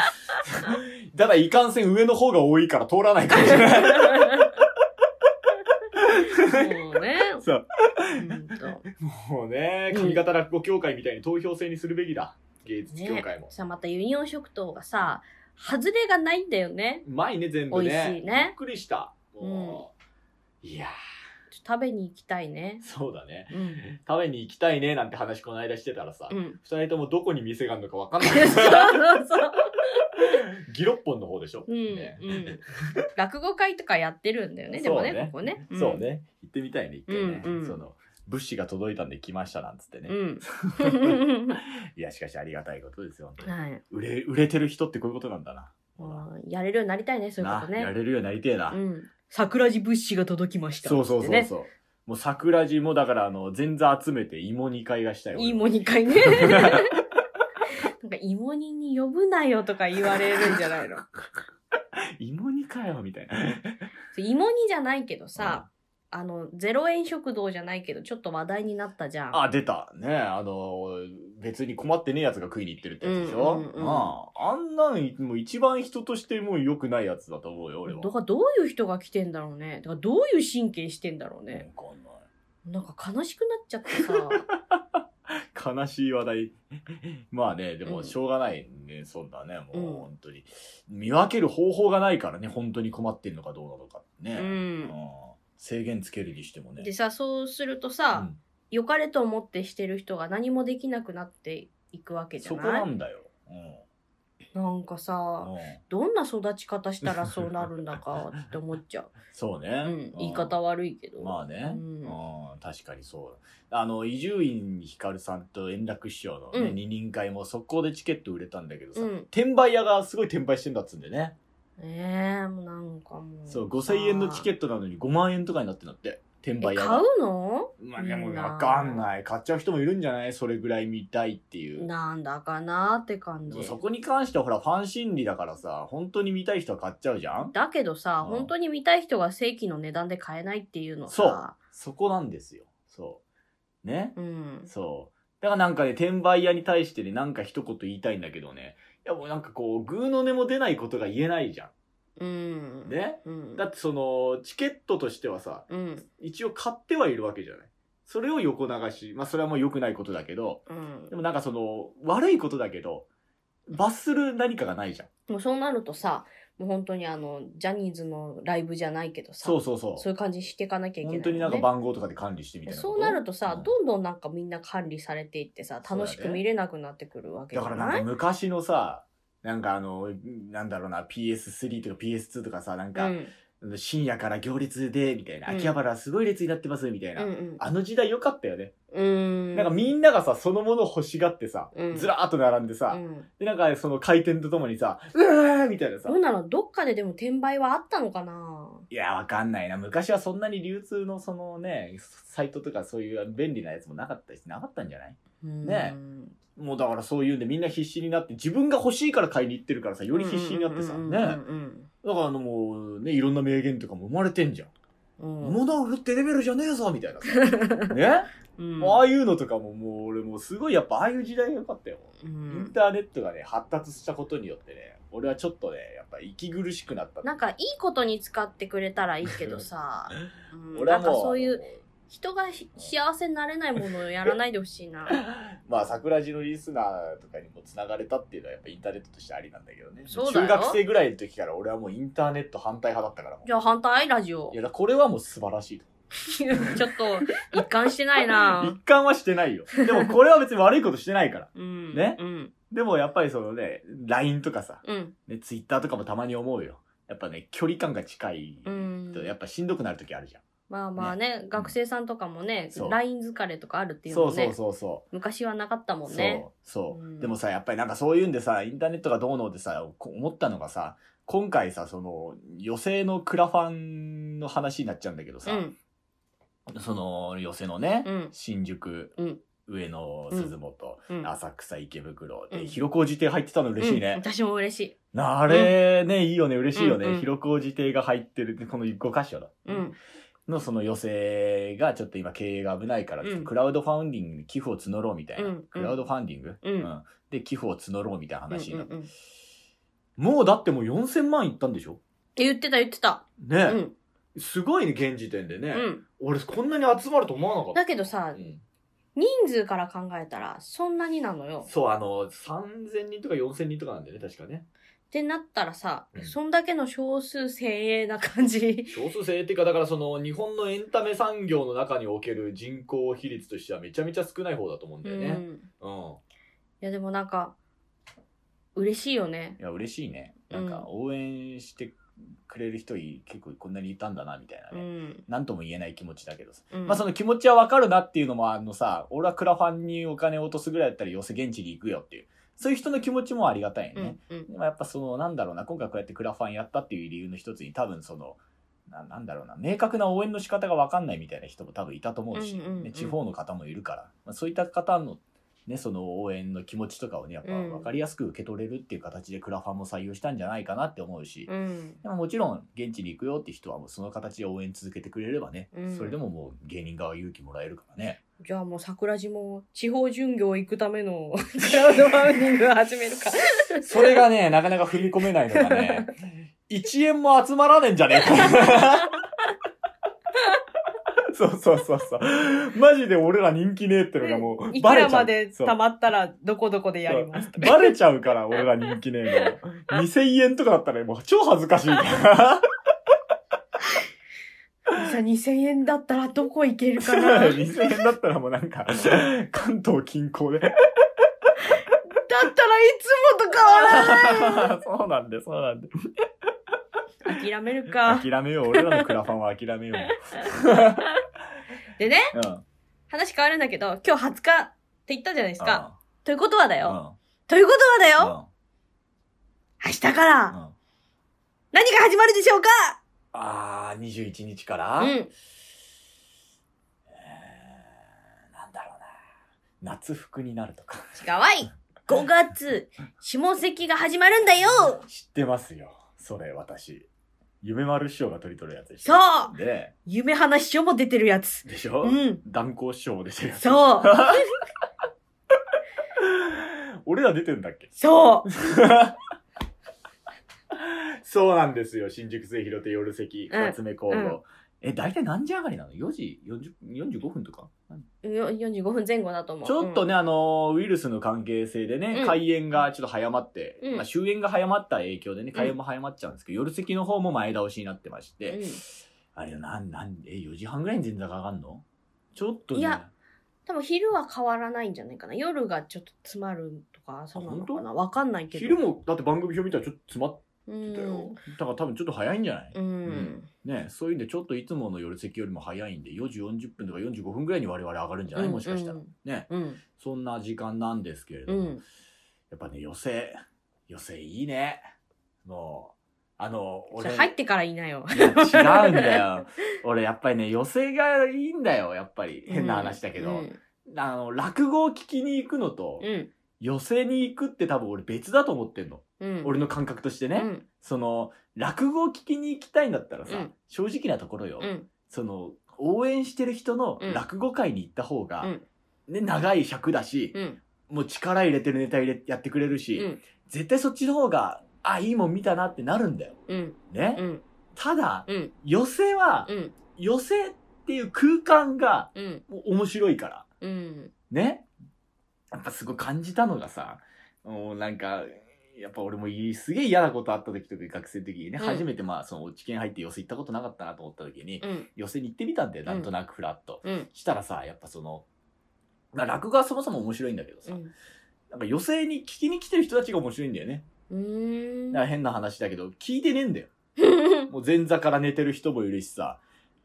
[SPEAKER 2] ただ、いかんせん上の方が多いから通らないかもしれ ない。
[SPEAKER 3] そうね。
[SPEAKER 2] そう
[SPEAKER 3] うんと。
[SPEAKER 2] もうね、上方落語協会みたいに投票制にするべきだ。芸術協
[SPEAKER 3] ね
[SPEAKER 2] 会も。
[SPEAKER 3] さ、またユニオン食堂がさ、外れがないんだよね。
[SPEAKER 2] うまいね、全部ね。
[SPEAKER 3] 美味しいね
[SPEAKER 2] びっくりした。もういや
[SPEAKER 3] ちょっと食べに行きたいね
[SPEAKER 2] ー、。そうだね。
[SPEAKER 3] うん。
[SPEAKER 2] 食べに行きたいね、なんて話この間してたらさ、
[SPEAKER 3] う
[SPEAKER 2] 二、
[SPEAKER 3] ん。
[SPEAKER 2] 人ともどこに店があるのかわかんない。
[SPEAKER 3] そうそうそう。
[SPEAKER 2] ギロッポンの方でしょ、
[SPEAKER 3] うん、
[SPEAKER 2] ね
[SPEAKER 3] うん。落語会とかやってるんだよね、で
[SPEAKER 2] そう
[SPEAKER 3] も
[SPEAKER 2] ね
[SPEAKER 3] ね、ここね。ん
[SPEAKER 2] そう。ね。行ってみたいね、一回ね。
[SPEAKER 3] うんうん
[SPEAKER 2] その、物資が届いたんで来ましたなんつってね。
[SPEAKER 3] うん。
[SPEAKER 2] いや、しかしありがたいことですよ。本当に
[SPEAKER 3] はい。
[SPEAKER 2] 売れ、売れてる人ってこういうことなんだな。ほら
[SPEAKER 3] うんやれるようになりたいね、そういうこと
[SPEAKER 2] な、や
[SPEAKER 3] ね。
[SPEAKER 2] れるようになりてえな。
[SPEAKER 3] うん。桜地物資が届きました。
[SPEAKER 2] そうそうそ
[SPEAKER 3] つっ
[SPEAKER 2] う
[SPEAKER 3] てね
[SPEAKER 2] そう。もう桜地もだからあの、前座集めて芋2回がしたよ。
[SPEAKER 3] いい
[SPEAKER 2] も
[SPEAKER 3] もに会ね。なんか、芋煮に呼ぶなよとか言われるんじゃ ないの
[SPEAKER 2] 芋2回よ、みたいな。
[SPEAKER 3] そう芋煮じゃないけどさ、あの、ゼロ円食堂じゃないけど、ちょっと話題になったじゃん。
[SPEAKER 2] あ、出た。ねあの、別に困ってねえやつが食いに行ってるってやつでしょ、
[SPEAKER 3] うんうんうん
[SPEAKER 2] あああんなん、もう一番人としてもう良くないやつだと思うよ、俺は。
[SPEAKER 3] だからどういう人が来てんだろうね。だからどういう神経してんだろうね。
[SPEAKER 2] わかんない
[SPEAKER 3] なんか悲しくなっちゃってさ。
[SPEAKER 2] 悲しい話題。 まあね、で
[SPEAKER 3] う
[SPEAKER 2] も
[SPEAKER 3] ん
[SPEAKER 2] しょうがないね、そんなね、もう
[SPEAKER 3] うん
[SPEAKER 2] 本当に。見分ける方法がないからね、本当に困ってるのかどうなのかって
[SPEAKER 3] う
[SPEAKER 2] ね。うん
[SPEAKER 3] ん。
[SPEAKER 2] 制限つけるにしてもね。
[SPEAKER 3] でさ、そうするとさ、
[SPEAKER 2] うん
[SPEAKER 3] 良かれと思ってしてる人が何もできなくなっていくわけじゃ
[SPEAKER 2] そこな
[SPEAKER 3] ない
[SPEAKER 2] んだよ。うん
[SPEAKER 3] なんかさ、
[SPEAKER 2] うん
[SPEAKER 3] どんな育ち方したらそうなるんだかって思っちゃう。
[SPEAKER 2] そうね。
[SPEAKER 3] うん、言い方悪いけど。
[SPEAKER 2] まあね、う
[SPEAKER 3] うんん
[SPEAKER 2] 確かにそうあの伊集院光さんと円楽師匠の、ね
[SPEAKER 3] うん
[SPEAKER 2] 二人会も速攻でチケット売れたんだけどさ、
[SPEAKER 3] うん
[SPEAKER 2] 転売屋がすごい転売してんだっつうんでね、
[SPEAKER 3] ねえ、もうなんかもう。
[SPEAKER 2] そう5000円のチケ
[SPEAKER 3] ッ
[SPEAKER 2] ットなのに5万円とかになってんだって転売屋が
[SPEAKER 3] 買うの
[SPEAKER 2] まあでも
[SPEAKER 3] みんな
[SPEAKER 2] わかんない買っちゃう人もいるんじゃないそれぐらい見たいっていう
[SPEAKER 3] なんだかなって感
[SPEAKER 2] で
[SPEAKER 3] じ
[SPEAKER 2] も。そこに関してはほらファン心理だからさ本当に見たい人は買っちゃうじゃん
[SPEAKER 3] だけどさ、
[SPEAKER 2] うん
[SPEAKER 3] 本当に見たい人が正規の値段で買えないっていうの
[SPEAKER 2] そう
[SPEAKER 3] さ。
[SPEAKER 2] そこなんですよそうね
[SPEAKER 3] う。うん。
[SPEAKER 2] そう。だからなんかね、転売屋に対してね、なんか一言言いたいんだけどね。いやもうなんかこう、グーの音も出ないことが言えないじゃ
[SPEAKER 3] うん。
[SPEAKER 2] ん。ね。
[SPEAKER 3] うん。
[SPEAKER 2] だってその、チケットとしてはさ、
[SPEAKER 3] うん。
[SPEAKER 2] 一応買ってはいるわけじゃない。それを横流し。まあそれはもう良くないことだけど、
[SPEAKER 3] うん
[SPEAKER 2] で。もなんかその、悪いことだけど、罰する何かがないじゃん。
[SPEAKER 3] もうそうなるとさ、もう本当にあの、ジャニーズのライブじゃないけどさ、
[SPEAKER 2] そうそうそう。
[SPEAKER 3] そういう感じにしていかなきゃいけない、
[SPEAKER 2] 本当になんか番号とかで管理してみたいなこと。
[SPEAKER 3] そうなるとさ、
[SPEAKER 2] うん
[SPEAKER 3] どんどんなんかみんな管理されていってさ、楽し
[SPEAKER 2] そうだ
[SPEAKER 3] く
[SPEAKER 2] ね
[SPEAKER 3] 見れなくなってくるわけじ
[SPEAKER 2] だ
[SPEAKER 3] ゃ
[SPEAKER 2] か
[SPEAKER 3] な
[SPEAKER 2] ら
[SPEAKER 3] い
[SPEAKER 2] なんか昔のさ、なんかあの、なんだろうな、PS3 とか PS2 とかさ、なんか、
[SPEAKER 3] うん
[SPEAKER 2] 深夜から行列で、みたいな、
[SPEAKER 3] うん
[SPEAKER 2] 秋葉原すごい列になってます、みたいな。
[SPEAKER 3] うん
[SPEAKER 2] あの時代良かったよね。
[SPEAKER 3] うん。
[SPEAKER 2] なんかみんながさ、そのもの欲しがってさ、
[SPEAKER 3] うん
[SPEAKER 2] ずらーっと並んでさ、
[SPEAKER 3] うん
[SPEAKER 2] で、なんかその回転とともにさ、うわーみたいなさ
[SPEAKER 3] どう、なのどっかででも転売はあったのかない
[SPEAKER 2] や、わかんないな。昔はそんなに流通のそのね、サイトとかそういう便利なやつもなかったし、なかったんじゃないねもうだからそういうんでみんな必死になって、自分が欲しいから買いに行ってるからさ、よ
[SPEAKER 3] よ
[SPEAKER 2] り必死になってさ、ね。だからあのもうね、いろんな名言とかも生まれてんじゃん。
[SPEAKER 3] も
[SPEAKER 2] 物を売るってレベルじゃねえぞみたいな さ。ね
[SPEAKER 3] うん、
[SPEAKER 2] もうああいうのとかももう俺もうすごいやっぱああいう時代が良かったよ。
[SPEAKER 3] う
[SPEAKER 2] イン
[SPEAKER 3] ん
[SPEAKER 2] ターネットがね、発達したことによってね、俺はちょっとね、やっぱ息苦しくなった。
[SPEAKER 3] なんかいいことに使ってくれたらいいけ どさ、うん、
[SPEAKER 2] 俺は
[SPEAKER 3] なん
[SPEAKER 2] も
[SPEAKER 3] かそういう人がひ幸せになれないものをやらないでほしいな。
[SPEAKER 2] まあ、桜地のリスナーとかにも繋がれたっていうのはやっぱインターネットとしてありなんだけどね。
[SPEAKER 3] そうだよ
[SPEAKER 2] 中学生ぐらいの時から俺はもうインターネット反対派だったからもう。
[SPEAKER 3] じゃあ反対ラジオ
[SPEAKER 2] い。や、だからこれはもう素晴らしいと。
[SPEAKER 3] ちょっと一貫してない な
[SPEAKER 2] 一。貫はしてないよ。でもこれは別に悪いことしてないから。
[SPEAKER 3] うん、
[SPEAKER 2] ね
[SPEAKER 3] うん。
[SPEAKER 2] でもやっぱりそのね、LINE とかさ、
[SPEAKER 3] うん。
[SPEAKER 2] ね、Twitter とかもたまに思うよ。やっぱね、距離感が近い
[SPEAKER 3] うん
[SPEAKER 2] と、。やっぱしんどくなる時あるじゃん。
[SPEAKER 3] まあまあね、学生さんとかもね
[SPEAKER 2] そ、う
[SPEAKER 3] LINE 疲れとかあるっていうの
[SPEAKER 2] そう
[SPEAKER 3] もね、
[SPEAKER 2] そうそうそう。
[SPEAKER 3] 昔はなかったもんね。
[SPEAKER 2] そうそう、
[SPEAKER 3] うん
[SPEAKER 2] でもさやっぱりなんかそういうんでさインターネットがどうのってさこ思ったのがさ今回さその女性のクラファンの話になっちゃうんだけどさ、
[SPEAKER 3] うん。
[SPEAKER 2] その寄席のね、
[SPEAKER 3] うん
[SPEAKER 2] 新宿、
[SPEAKER 3] うん
[SPEAKER 2] 上野鈴本、
[SPEAKER 3] うん。
[SPEAKER 2] 浅草池袋
[SPEAKER 3] う
[SPEAKER 2] で
[SPEAKER 3] ん
[SPEAKER 2] 広小路亭入ってたの嬉しい
[SPEAKER 3] うん
[SPEAKER 2] ね、
[SPEAKER 3] 私も嬉しい。
[SPEAKER 2] なあれね、いいよね嬉しいよね、
[SPEAKER 3] うんうん
[SPEAKER 2] 広小路亭が入ってるこの5箇所だ、
[SPEAKER 3] うん。
[SPEAKER 2] のその寄席がちょっと今経営が危ないから、
[SPEAKER 3] うん
[SPEAKER 2] クラウドファンディングに寄付を募ろうみたいな、
[SPEAKER 3] うん
[SPEAKER 2] クラウドファンディング、
[SPEAKER 3] うん
[SPEAKER 2] で寄付を募ろうみたいな話になって、
[SPEAKER 3] うんうんうん
[SPEAKER 2] もうだってもう4000万いったんでしょ
[SPEAKER 3] って言ってた言ってた。う
[SPEAKER 2] ね、
[SPEAKER 3] ん。
[SPEAKER 2] すごいね現時点でね、
[SPEAKER 3] うん。
[SPEAKER 2] 俺こんなに集まると思わなかった
[SPEAKER 3] だけどさ、
[SPEAKER 2] うん
[SPEAKER 3] 人数から考えたらそんなになのよ。
[SPEAKER 2] そうあの3000人とか4000人とかなんだよね確かね
[SPEAKER 3] ってなったらさ、
[SPEAKER 2] うん
[SPEAKER 3] そんだけの少数精鋭な感じ。
[SPEAKER 2] 少数制っていうかだからその日本のエンタメ産業の中における人口比率としてはめちゃめちゃ少ない方だと思 うんだ
[SPEAKER 3] う
[SPEAKER 2] よ
[SPEAKER 3] ん。
[SPEAKER 2] ね、
[SPEAKER 3] い
[SPEAKER 2] うん、
[SPEAKER 3] やでもなんか、嬉しいよね。
[SPEAKER 2] いや嬉しいねなん
[SPEAKER 3] うん
[SPEAKER 2] か応援してくれる人い結構こんなにいたんだなみたいな
[SPEAKER 3] う
[SPEAKER 2] ね、
[SPEAKER 3] ん。
[SPEAKER 2] なんとも言えない気持ちだけどさ、
[SPEAKER 3] うん
[SPEAKER 2] まあその気持ちはわかるなっていうのもあのさ俺はクラファンにお金を落とすぐらいだったら寄せ現地に行くよっていうそういう人の気持ちもありがたいよ
[SPEAKER 3] う
[SPEAKER 2] ね、
[SPEAKER 3] ん。うん。
[SPEAKER 2] でもやっぱそのなんだろうな今回こうやってクラファンやったっていう理由の一つに多分そのななんだろうな明確な応援の仕方がわかんないみたいな人も多分いたと思うし、
[SPEAKER 3] うんうんうん
[SPEAKER 2] ね、地方の方もいるから、まあ、そういった方のね、その応援の気持ちとかをねやっぱ
[SPEAKER 3] うん
[SPEAKER 2] 分かりやすく受け取れるっていう形でクラファンも採用したんじゃないかなって思うし、
[SPEAKER 3] うん。
[SPEAKER 2] でももちろん現地に行くよって人はもうその形で応援続けてくれればね、
[SPEAKER 3] うん
[SPEAKER 2] それでももう芸人側勇気もらえるから ね。
[SPEAKER 3] じゃあもう桜島も地方巡業行くための クラウドファンディングを始めるか。
[SPEAKER 2] それがね、なかなか踏み込めないのがね、1円も集まらねえんじゃねえか。 そうそうそうそう。マジで俺ら人気ねえってのがもう、
[SPEAKER 3] いく
[SPEAKER 2] バレちゃ
[SPEAKER 3] ら
[SPEAKER 2] う。
[SPEAKER 3] まで
[SPEAKER 2] そう
[SPEAKER 3] 貯まったらどこどこでやりますとか。
[SPEAKER 2] バレちゃうから、俺ら人気ねえの。2000円とかだったらもう超恥ずかしい から。
[SPEAKER 3] じゃあ2000円だったらどこ行けるかな。だっ
[SPEAKER 2] 2000円だったらもうなんか、関東近郊で。
[SPEAKER 3] たらいつもと変わらない。
[SPEAKER 2] そうなんで、そうなんで。
[SPEAKER 3] 諦めるか。
[SPEAKER 2] 諦めよう。俺らのクラファンは諦めよ
[SPEAKER 3] でね、
[SPEAKER 2] う。うん。
[SPEAKER 3] 話変わるんだけど、今日20日って言ったじゃないですか。ということはだ
[SPEAKER 2] うん。う
[SPEAKER 3] よ。
[SPEAKER 2] ん。
[SPEAKER 3] ということはだ
[SPEAKER 2] う
[SPEAKER 3] よ。
[SPEAKER 2] ん
[SPEAKER 3] 明日から
[SPEAKER 2] うん
[SPEAKER 3] 何が始まるでしょうか
[SPEAKER 2] あー、21日から、え
[SPEAKER 3] うん。
[SPEAKER 2] ーなんだろうな。夏服になるとか。
[SPEAKER 3] 違わい。5月、下関が始まるんだよ
[SPEAKER 2] 知ってますよ。それ、私。夢丸師匠が取り取るやつでしょ。
[SPEAKER 3] そう
[SPEAKER 2] で、
[SPEAKER 3] 夢話師匠も出てるやつ。
[SPEAKER 2] でしょ
[SPEAKER 3] うん。
[SPEAKER 2] 断交師匠も出てるやつ。
[SPEAKER 3] そう。
[SPEAKER 2] 俺ら出てるんだっけ
[SPEAKER 3] そう。
[SPEAKER 2] そうなんですよ。新宿末広亭夜席、
[SPEAKER 3] うん
[SPEAKER 2] 二つ目交互。
[SPEAKER 3] うん
[SPEAKER 2] え、大体何時上がりなの ?4 時40 45分とか
[SPEAKER 3] よ45分前後だと思う。
[SPEAKER 2] ちょっとね、あの、ウイルスの関係性でね、
[SPEAKER 3] うん
[SPEAKER 2] 開演がちょっと早まって、
[SPEAKER 3] うん
[SPEAKER 2] まあ、終演が早まった影響でね、
[SPEAKER 3] ん
[SPEAKER 2] 開演も早まっちゃうんですけど、夜席の方も前倒しになってまし
[SPEAKER 3] うん、
[SPEAKER 2] て、あれ、なん、なん、え、4時半ぐらいに前座が上がんのちょっとね、
[SPEAKER 3] いや多分昼は変わらないんじゃないかな。夜がちょっと詰まるとか、そうなのかな。わかんないけど。
[SPEAKER 2] 昼も、だって番組表見たらちょっと詰まっ
[SPEAKER 3] うん
[SPEAKER 2] だよ。だから多分ちょっと早いんじゃない、
[SPEAKER 3] うん。
[SPEAKER 2] ねそういうんでちょっといつもの夜席よりも早いんで4時40分とか45分ぐらいに我々上がるんじゃないもしかしたら、
[SPEAKER 3] うん
[SPEAKER 2] ね
[SPEAKER 3] うん。
[SPEAKER 2] そんな時間なんですけれど
[SPEAKER 3] う
[SPEAKER 2] も、
[SPEAKER 3] ん。
[SPEAKER 2] やっぱね寄席寄席いいねもうあの
[SPEAKER 3] そ
[SPEAKER 2] 俺
[SPEAKER 3] れ入ってからいいなよ。
[SPEAKER 2] いや違うんだよ俺やっぱりね寄席がいいんだよやっぱり変な話だけど、
[SPEAKER 3] うん。
[SPEAKER 2] あの落語を聞きに行くのと、
[SPEAKER 3] うん。
[SPEAKER 2] 寄席に行くって多分俺別だと思ってんの、
[SPEAKER 3] うん。
[SPEAKER 2] 俺の感覚としてね、
[SPEAKER 3] うん。
[SPEAKER 2] その落語を聞きに行きたいんだったらさ、
[SPEAKER 3] うん
[SPEAKER 2] 正直なところよ、
[SPEAKER 3] うん。
[SPEAKER 2] その応援してる人の
[SPEAKER 3] うん
[SPEAKER 2] 落語会に行った方が、
[SPEAKER 3] うん
[SPEAKER 2] ね、長い尺だし、
[SPEAKER 3] うん。
[SPEAKER 2] もう力入れてるネタ入れやってくれるし、
[SPEAKER 3] うん
[SPEAKER 2] 絶対そっちの方があいいもん見たなってなるんだよ。
[SPEAKER 3] うん。
[SPEAKER 2] ね、
[SPEAKER 3] うん。
[SPEAKER 2] ただ
[SPEAKER 3] うん。
[SPEAKER 2] 寄席は、
[SPEAKER 3] うん。
[SPEAKER 2] 寄席っていう空間が
[SPEAKER 3] うん。
[SPEAKER 2] もう面白いから
[SPEAKER 3] うん。
[SPEAKER 2] ねやっぱすごい感じたのがさもうなんかやっぱ俺もいすげえ嫌なことあった時とか学生の時にね、
[SPEAKER 3] うん
[SPEAKER 2] 初めてまあその知見入って寄席行ったことなかったなと思った時に、
[SPEAKER 3] うん。
[SPEAKER 2] 寄席に行ってみたんだよなんとなくフラッと、
[SPEAKER 3] うん。
[SPEAKER 2] したらさやっぱその、まあ、落語はそもそも面白いんだけどさ、なんか寄席に聞きに来てる人たちが面白いんだよね
[SPEAKER 3] うん。
[SPEAKER 2] だから変な話だけど聞いてねえんだよ
[SPEAKER 3] うん。
[SPEAKER 2] もう前座から寝てる人もいるしさ、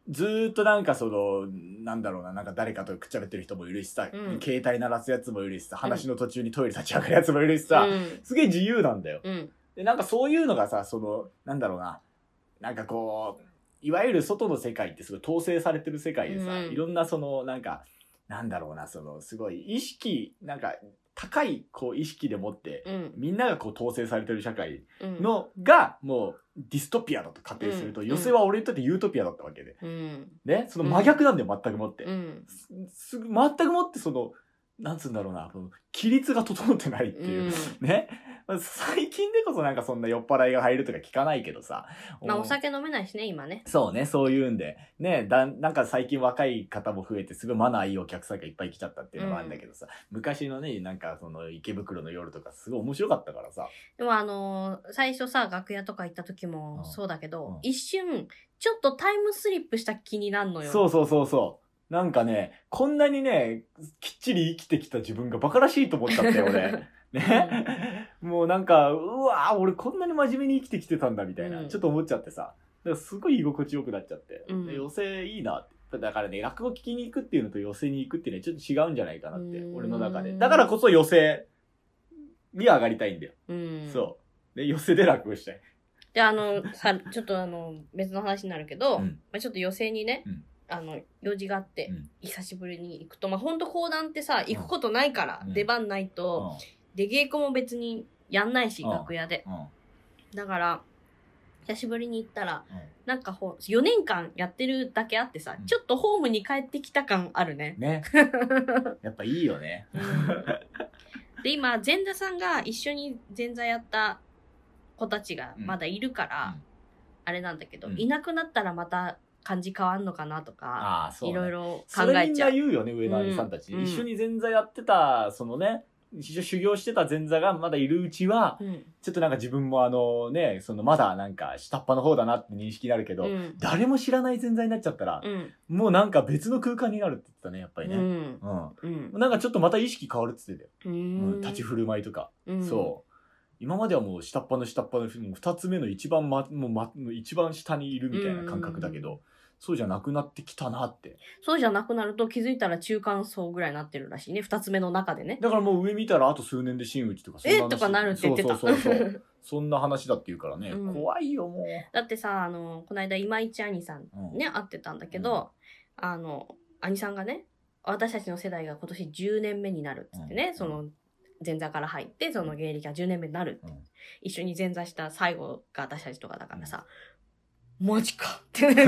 [SPEAKER 2] ずーっとなんかその、なんだろうな、なんか誰かとくっちゃべってる人もいるしさ、
[SPEAKER 3] うん
[SPEAKER 2] 携帯鳴らすやつもいるしさ、話の途中にトイレ立ち上がるやつもいるしさ、
[SPEAKER 3] うん。
[SPEAKER 2] すげえ自由なんだよ。
[SPEAKER 3] うん。
[SPEAKER 2] で、なんかそういうのがさ、その、なんだろうな、なんかこう、いわゆる外の世界ってすごい統制されてる世界でさ、
[SPEAKER 3] うん
[SPEAKER 2] いろんなその、なんか、なんだろうな、その、すごい意識、なんか、高い、こう、意識でもって、
[SPEAKER 3] うん。
[SPEAKER 2] みんながこう統制されてる社会
[SPEAKER 3] うん。
[SPEAKER 2] のがもうディストピアだと仮定すると、
[SPEAKER 3] うん
[SPEAKER 2] 寄席は俺にとってユートピアだったわけで、
[SPEAKER 3] うん。
[SPEAKER 2] ねその真逆なんだよ全くもって、
[SPEAKER 3] うん。
[SPEAKER 2] すすぐ全くもってそのなんつうんだろうなこの規律が整ってないっていう、ね 最近でこそなんかそんな酔っ払いが入るとか聞かないけどさ
[SPEAKER 3] まあ、
[SPEAKER 2] お
[SPEAKER 3] お酒飲めないしね、今ね。
[SPEAKER 2] そうねそういうんでねだなんか最近若い方も増えてすごいマナーいいお客さんがいっぱい来ちゃったっていうのもあるんだけどさ、昔のねなんかその池袋の夜とかすごい面白かったからさ
[SPEAKER 3] でもあのー最初さ、楽屋とか行った時
[SPEAKER 2] うん
[SPEAKER 3] もそうだけど、
[SPEAKER 2] うん
[SPEAKER 3] 一瞬、ちょっとタイムスリップした気になるのよ。
[SPEAKER 2] そうそうそうそう。なんかね、こんなにね、きっちり生きてきた自分がバカらしいと思っちゃったよ、 俺。ね。もうなんか、うわぁ、俺こんなに真面目に生きてきてたんだ、みたいな、
[SPEAKER 3] うん
[SPEAKER 2] ちょっと思っちゃってさ。だからすごい居心地よくなっちゃって。
[SPEAKER 3] うん
[SPEAKER 2] で寄席いいなって。だからね、落語聞きに行くっていうのと寄席に行くっていうのはちょっと違うんじゃないかなって
[SPEAKER 3] う、ん
[SPEAKER 2] 俺の中で。だからこそ寄席に上がりたいんだよ。
[SPEAKER 3] うん。
[SPEAKER 2] そう。で、寄席で落語したい。
[SPEAKER 3] で、あの、さ、ちょっとあの、別の話になるけど、
[SPEAKER 2] うん
[SPEAKER 3] まあ、ちょっと予選にね、
[SPEAKER 2] うん
[SPEAKER 3] あの、用事があって、
[SPEAKER 2] うん
[SPEAKER 3] 久しぶりに行くと、まあ、ほんと講談ってさ、行くことないから、
[SPEAKER 2] うん
[SPEAKER 3] 出番ないと、で、稽古も別にやんないし、
[SPEAKER 2] うん
[SPEAKER 3] 楽屋で。
[SPEAKER 2] うん。うん。
[SPEAKER 3] だから、久しぶりに行ったら、
[SPEAKER 2] うん
[SPEAKER 3] なんかほう、4年間やってるだけあってさ、
[SPEAKER 2] うん
[SPEAKER 3] ちょっとホームに帰ってきた感あるね。
[SPEAKER 2] ね。やっぱいいよね。
[SPEAKER 3] で、今、前座さんが一緒に前座やった子たちがまだいるから、
[SPEAKER 2] うん
[SPEAKER 3] あれなんだけど、
[SPEAKER 2] うん
[SPEAKER 3] いなくなったらまた感じ変わんのかなとか、
[SPEAKER 2] ああ、そう、
[SPEAKER 3] い
[SPEAKER 2] ね。
[SPEAKER 3] ろいろ
[SPEAKER 2] そ
[SPEAKER 3] 考
[SPEAKER 2] れ
[SPEAKER 3] え
[SPEAKER 2] みん
[SPEAKER 3] ちゃ
[SPEAKER 2] な
[SPEAKER 3] う。
[SPEAKER 2] 言うよね、上の兄さんたちね、
[SPEAKER 3] うん
[SPEAKER 2] 一緒に前座やってた、そのね、一緒修行してた前座がまだいるうちは、
[SPEAKER 3] うん
[SPEAKER 2] ちょっとなんか自分もあのね、そのまだなんか下っ端の方だなって認識になるけど、
[SPEAKER 3] うん
[SPEAKER 2] 誰も知らない前座になっちゃったら、
[SPEAKER 3] うん
[SPEAKER 2] もうなんか別の空間になるって言ってたね、やっぱり
[SPEAKER 3] う
[SPEAKER 2] ね。
[SPEAKER 3] ん
[SPEAKER 2] うん。
[SPEAKER 3] うん
[SPEAKER 2] なんかちょっとまた意識変わるって言ってたよ。
[SPEAKER 3] う
[SPEAKER 2] うん
[SPEAKER 3] ん
[SPEAKER 2] 立ち振る舞いとか。
[SPEAKER 3] うん
[SPEAKER 2] そう。今まではもう下っ端の下っ端のもう二つ目の一番ま、もうま、一番下にいるみたいな感覚だけど、そうじゃなくなってきたなって。
[SPEAKER 3] そうじゃなくなると気づいたら中間層ぐらいになってるらしいね二つ目の中でね
[SPEAKER 2] だからもう上見たらあと数年で真打ちとかそんな
[SPEAKER 3] え
[SPEAKER 2] 話
[SPEAKER 3] とかなるって言ってた
[SPEAKER 2] そうそうそうそう そんな話だって言うからね、
[SPEAKER 3] うん
[SPEAKER 2] 怖いよも
[SPEAKER 3] だってさあのこの間今市兄さん
[SPEAKER 2] う、うん
[SPEAKER 3] ね会ってたんだけど、あの兄さんがね私たちの世代が今年10年目になるっつってね、
[SPEAKER 2] うん
[SPEAKER 3] その前座から入ってその芸歴が10年目になるって、
[SPEAKER 2] うん
[SPEAKER 3] 一緒に前座した最後が私たちとかだからさ、マジかってね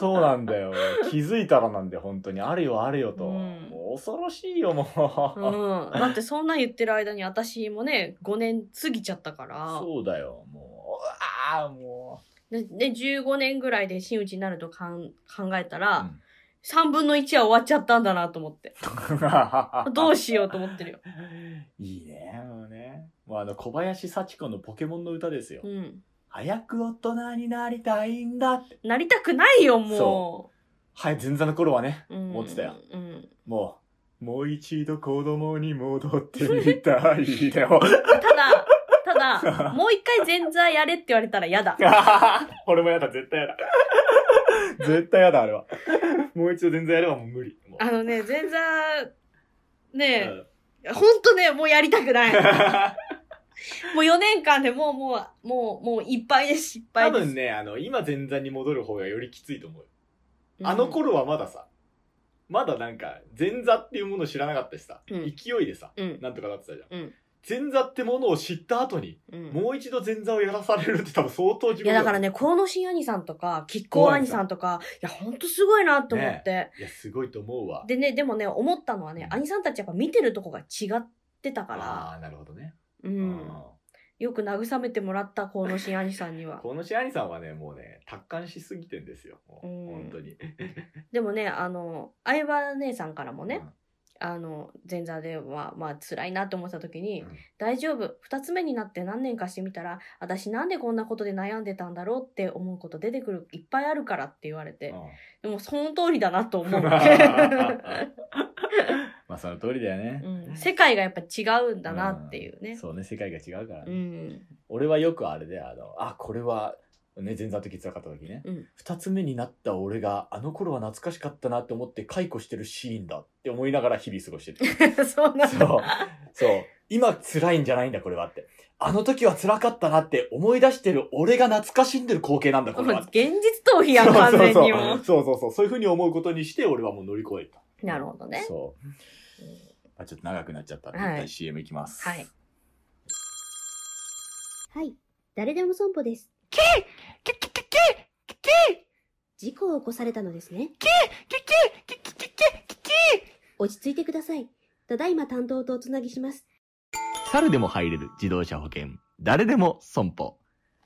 [SPEAKER 2] そうなんだよ気づいたらなんで本当にあるよあるよと、
[SPEAKER 3] うん
[SPEAKER 2] もう恐ろしいよもう、
[SPEAKER 3] うん、だってそんなん言ってる間に私もね5年過ぎちゃったから
[SPEAKER 2] そうだよもうああも
[SPEAKER 3] でで15年ぐらいで真打ちになるとかん考えたら、
[SPEAKER 2] うん
[SPEAKER 3] 3分の1は終わっちゃったんだなと思って
[SPEAKER 2] う
[SPEAKER 3] どうしようと思ってるよ、
[SPEAKER 2] いいねもうねもうあの小林幸子のポケモンの歌ですよ、
[SPEAKER 3] うん、
[SPEAKER 2] 早く大人になりたいんだって
[SPEAKER 3] なりたくないよも
[SPEAKER 2] そはい前座の頃はね
[SPEAKER 3] う、うん、
[SPEAKER 2] 思ってたよ、
[SPEAKER 3] うん、
[SPEAKER 2] も う、もう一度子供に戻ってみたいでも
[SPEAKER 3] ただただだ。もう一回前座やれって言われたら嫌だ。
[SPEAKER 2] 俺もやだ、絶対や だ。絶対やだ、あれは。もう一度全然やればもう無理。もう
[SPEAKER 3] あのね、前座、
[SPEAKER 2] う
[SPEAKER 3] ね
[SPEAKER 2] ん
[SPEAKER 3] え、ほんとね、もうやりたくない。もう4年間でもう、もう、もう、もういっぱいです、失
[SPEAKER 2] 多
[SPEAKER 3] 敗です。
[SPEAKER 2] 分ね、あの、今前座に戻る方がよりきついと思うよ。
[SPEAKER 3] うん
[SPEAKER 2] あの頃はまださ、まだなんか、前座っていうものを知らなかったしさ、
[SPEAKER 3] うん
[SPEAKER 2] 勢いでさ、
[SPEAKER 3] うん。
[SPEAKER 2] なんとかなってたじゃん。
[SPEAKER 3] うん
[SPEAKER 2] 前座ってものを知った後に、
[SPEAKER 3] うん
[SPEAKER 2] もう一度前座をやらされるって多分相当自
[SPEAKER 3] い
[SPEAKER 2] 分
[SPEAKER 3] や、だからね、河野新兄さんとか、吉光兄さんとか、いや、ほんとすごいなって思って。
[SPEAKER 2] いや、すごいと思うわ。
[SPEAKER 3] でね、でもね、思ったのはね、兄さんたちやっぱ見てるとこが違ってたから、
[SPEAKER 2] ああ、なるほどね。
[SPEAKER 3] う。
[SPEAKER 2] うん
[SPEAKER 3] よく慰めてもらった河野新兄さんには。
[SPEAKER 2] このシアニさんはね、もうね、達観しすぎてんですよ。もう
[SPEAKER 3] うん
[SPEAKER 2] 本当に。
[SPEAKER 3] でもね、あの、相葉姉さんからもね、あの前座ではまあ辛いなと思ってた時に
[SPEAKER 2] う
[SPEAKER 3] 「
[SPEAKER 2] ん
[SPEAKER 3] 大丈夫2つ目になって何年かしてみたら私なんでこんなことで悩んでたんだろう」って思うこと出てくるいっぱいあるからって言われ
[SPEAKER 2] う
[SPEAKER 3] て
[SPEAKER 2] ん。うん
[SPEAKER 3] でもその通りだなと 思う
[SPEAKER 2] まあ、その通りだよね
[SPEAKER 3] う。ん世界がやっぱ違うんだなっていうね。
[SPEAKER 2] そうね、世界が違うから
[SPEAKER 3] う
[SPEAKER 2] ね。
[SPEAKER 3] ん
[SPEAKER 2] 俺はよくあれで、あの、あ、これは、ね、前座の時辛かった時ね
[SPEAKER 3] うん。
[SPEAKER 2] 二、つ目になった俺が、あの頃は懐かしかったなって思って解雇してるシーンだって思いながら日々過ご してる。
[SPEAKER 3] そうなん
[SPEAKER 2] そう
[SPEAKER 3] だ。。
[SPEAKER 2] そう。今辛いんじゃないんだ、これはって。あの時は辛かったなって思い出してる俺が懐かしんでる光景なんだ、こ
[SPEAKER 3] も
[SPEAKER 2] れ
[SPEAKER 3] う
[SPEAKER 2] は
[SPEAKER 3] 現。実逃避やん完全にもう。
[SPEAKER 2] そうそうそうそうそうそうそういうふうに思うことにして俺はもう乗り越えた、
[SPEAKER 3] なるほどね。
[SPEAKER 2] そう、まあ、ちょっと長くなっちゃったんで、
[SPEAKER 3] はい
[SPEAKER 2] 一旦 CM いきます
[SPEAKER 3] はい
[SPEAKER 7] はい、誰でも損保です。事故を起こされたのですね。落ち着いてください。ただいま担当とおつなぎします。
[SPEAKER 5] 猿でも入れる自動車保険、誰でも損保。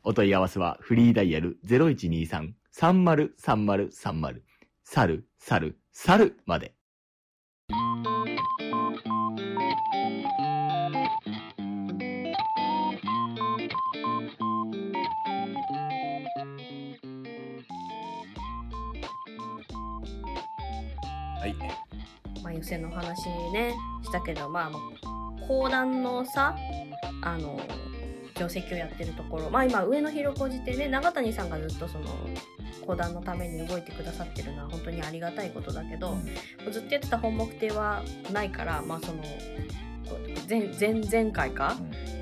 [SPEAKER 5] お問い合わせはフリーダイヤル0123-303030猿、猿、猿まで。
[SPEAKER 2] はい
[SPEAKER 3] まあ、予選の話ねしたけどまあ講談のさあの定石をやってるところまあ今上野広小路でね永谷さんがずっとその講談のために動いてくださってるのは本当にありがたいことだけど、ずっとやってた本目亭はないからまあその前前前回か、
[SPEAKER 2] うん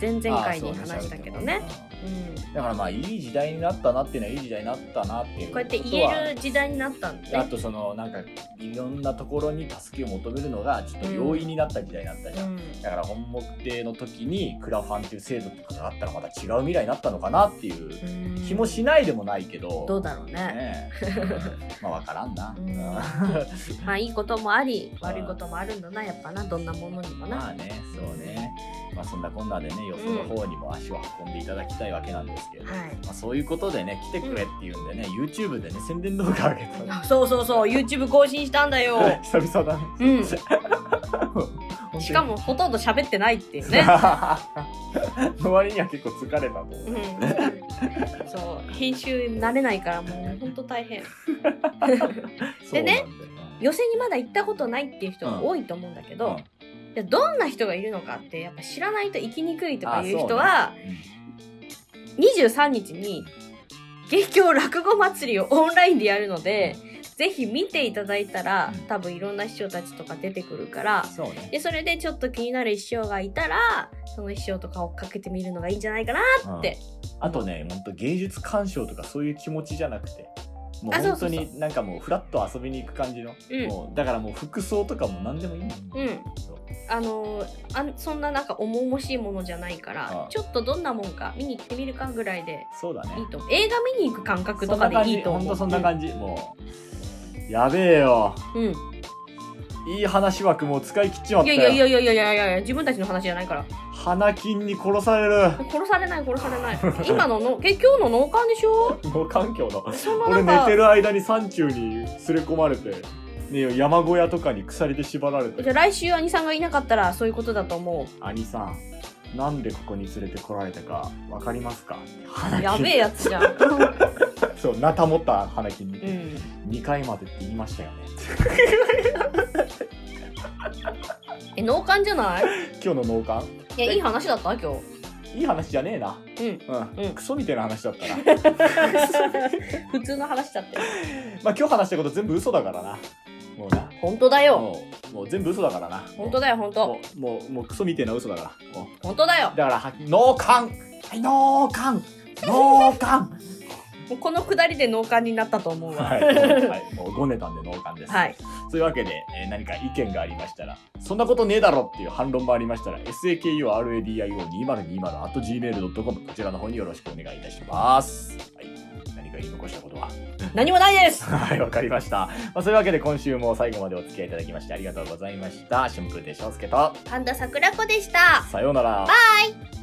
[SPEAKER 3] 前々回に話したけどね。
[SPEAKER 2] ああそう喋って
[SPEAKER 3] うん
[SPEAKER 2] ただからまあいい時代になったなっていうのはいい時代になったなっていう
[SPEAKER 3] こ
[SPEAKER 2] こ
[SPEAKER 3] うやって言える時代になったんで、
[SPEAKER 2] とはあとそのなんかいろんなところに助けを求めるのがちょっと容易になった時代になったじゃん、だから本目定の時にクラファンっていう制度とかがあったらまた違う未来になったのかなっていう
[SPEAKER 3] うん
[SPEAKER 2] 気もしないでもないけど、
[SPEAKER 3] どうだろうね
[SPEAKER 2] ねえ まあわからんな、
[SPEAKER 3] う
[SPEAKER 2] うんん
[SPEAKER 3] まあいいこともあり
[SPEAKER 2] うん
[SPEAKER 3] 悪いこともあるんだなやっぱなどんなものにも
[SPEAKER 2] ま
[SPEAKER 3] な。
[SPEAKER 2] あねそうねまあそんなこんなでね予想の方にも足を運んでいただきたいわけなんですけど、
[SPEAKER 3] はい
[SPEAKER 2] まあ、そういうことでね来てくれっていうんでね、YouTube でね宣伝動画上げたの
[SPEAKER 3] そうそうそう YouTube 更新したんだよ。
[SPEAKER 2] 久々だね
[SPEAKER 3] うん。
[SPEAKER 2] に
[SPEAKER 3] しかもほとんど喋ってないってい うね。
[SPEAKER 2] の割には結構疲れたと思
[SPEAKER 3] う
[SPEAKER 2] うん
[SPEAKER 3] そう編集慣れないからもうほんと大 変。
[SPEAKER 2] そうなんだよ
[SPEAKER 3] 寄席にまだ行ったことないっていう人が多いと思うんだけど、でどんな人がいるのかってやっぱ知らないと行きにくいとかいう人は、23日に劇協落語祭りをオンラインでやるので、ぜひ見ていただいたら、多分いろんな師匠たちとか出てくるから
[SPEAKER 2] そうね
[SPEAKER 3] でそれでちょっと気になる師匠がいたらその師匠とかをかけてみるのがいいんじゃないかなって、
[SPEAKER 2] あとね本当芸術鑑賞とかそういう気持ちじゃなくてもう
[SPEAKER 3] あそう
[SPEAKER 2] 本
[SPEAKER 3] そ
[SPEAKER 2] 当
[SPEAKER 3] うそう
[SPEAKER 2] になんかもうフラッと遊びに行く感じの
[SPEAKER 3] うん
[SPEAKER 2] もうだからもう服装とかも何でもいいんだよ
[SPEAKER 3] うん
[SPEAKER 2] そう
[SPEAKER 3] あのあんそんななんか重々しいものじゃないから
[SPEAKER 2] あ
[SPEAKER 3] ちょっとどんなもんか見に行ってみるかぐらいで
[SPEAKER 2] そうだね
[SPEAKER 3] いいと思う映画見に行く感覚とかでいいと思う
[SPEAKER 2] 本当そんな感じ、もうやべえよ
[SPEAKER 3] うんうん
[SPEAKER 2] いい話枠もう使い切っちまっ
[SPEAKER 3] い
[SPEAKER 2] た
[SPEAKER 3] や
[SPEAKER 2] よ
[SPEAKER 3] いやいやいやいやいやいや自分たちの話じゃないから
[SPEAKER 2] 花金に殺される
[SPEAKER 3] 殺されない殺されない今ののえ今日の脳幹でしょ
[SPEAKER 2] もう環境の
[SPEAKER 3] そのな
[SPEAKER 2] 俺
[SPEAKER 3] ん
[SPEAKER 2] 寝
[SPEAKER 3] か
[SPEAKER 2] てる間に山中に連れ込まれて、ね、山小屋とかに鎖で縛られ
[SPEAKER 3] じゃあ
[SPEAKER 2] て
[SPEAKER 3] 来週兄さんがいなかったらそういうことだ と思
[SPEAKER 2] 兄さんなんでここに連れてこられたかわかりますか
[SPEAKER 3] うやべえやつじゃん、
[SPEAKER 2] そうなたもった花金に、
[SPEAKER 3] うん、
[SPEAKER 2] 2回までって言いましたよね
[SPEAKER 3] え脳幹じゃない
[SPEAKER 2] 今日の農館
[SPEAKER 3] いやいい話だった今日
[SPEAKER 2] いい話じゃねえな。
[SPEAKER 3] うん
[SPEAKER 2] うん。
[SPEAKER 3] うん
[SPEAKER 2] クソみたいな話だったな。
[SPEAKER 3] 普通の話だって
[SPEAKER 2] まあ今日話したこと全部嘘だからな。もうな。
[SPEAKER 3] 本当だよ
[SPEAKER 2] もう、もう全部嘘だからな。
[SPEAKER 3] 本当だよ本当
[SPEAKER 2] もう、もう、もうクソみたいな嘘だから。もう
[SPEAKER 3] 本当だよ
[SPEAKER 2] だから、は脳幹はい、脳幹脳 幹
[SPEAKER 3] もうこのくだりで脳幹になったと思うわ
[SPEAKER 2] はい、はい、もうごねたんで脳幹です。
[SPEAKER 3] はい
[SPEAKER 2] というわけで、えー何か意見がありましたら、そんなことねえだろっていう反論もありましたら、sakuраdio2020.gmail.com こちらの方によろしくお願いいたします。はい。何か言い残したことは
[SPEAKER 3] 何もないです
[SPEAKER 2] はい、わかりました。まあ、そういうわけで今週も最後までお付き合いいただきましてありがとうございました。春風亭昇介と、
[SPEAKER 3] パンダ桜子でした
[SPEAKER 2] さようなら。
[SPEAKER 3] バイ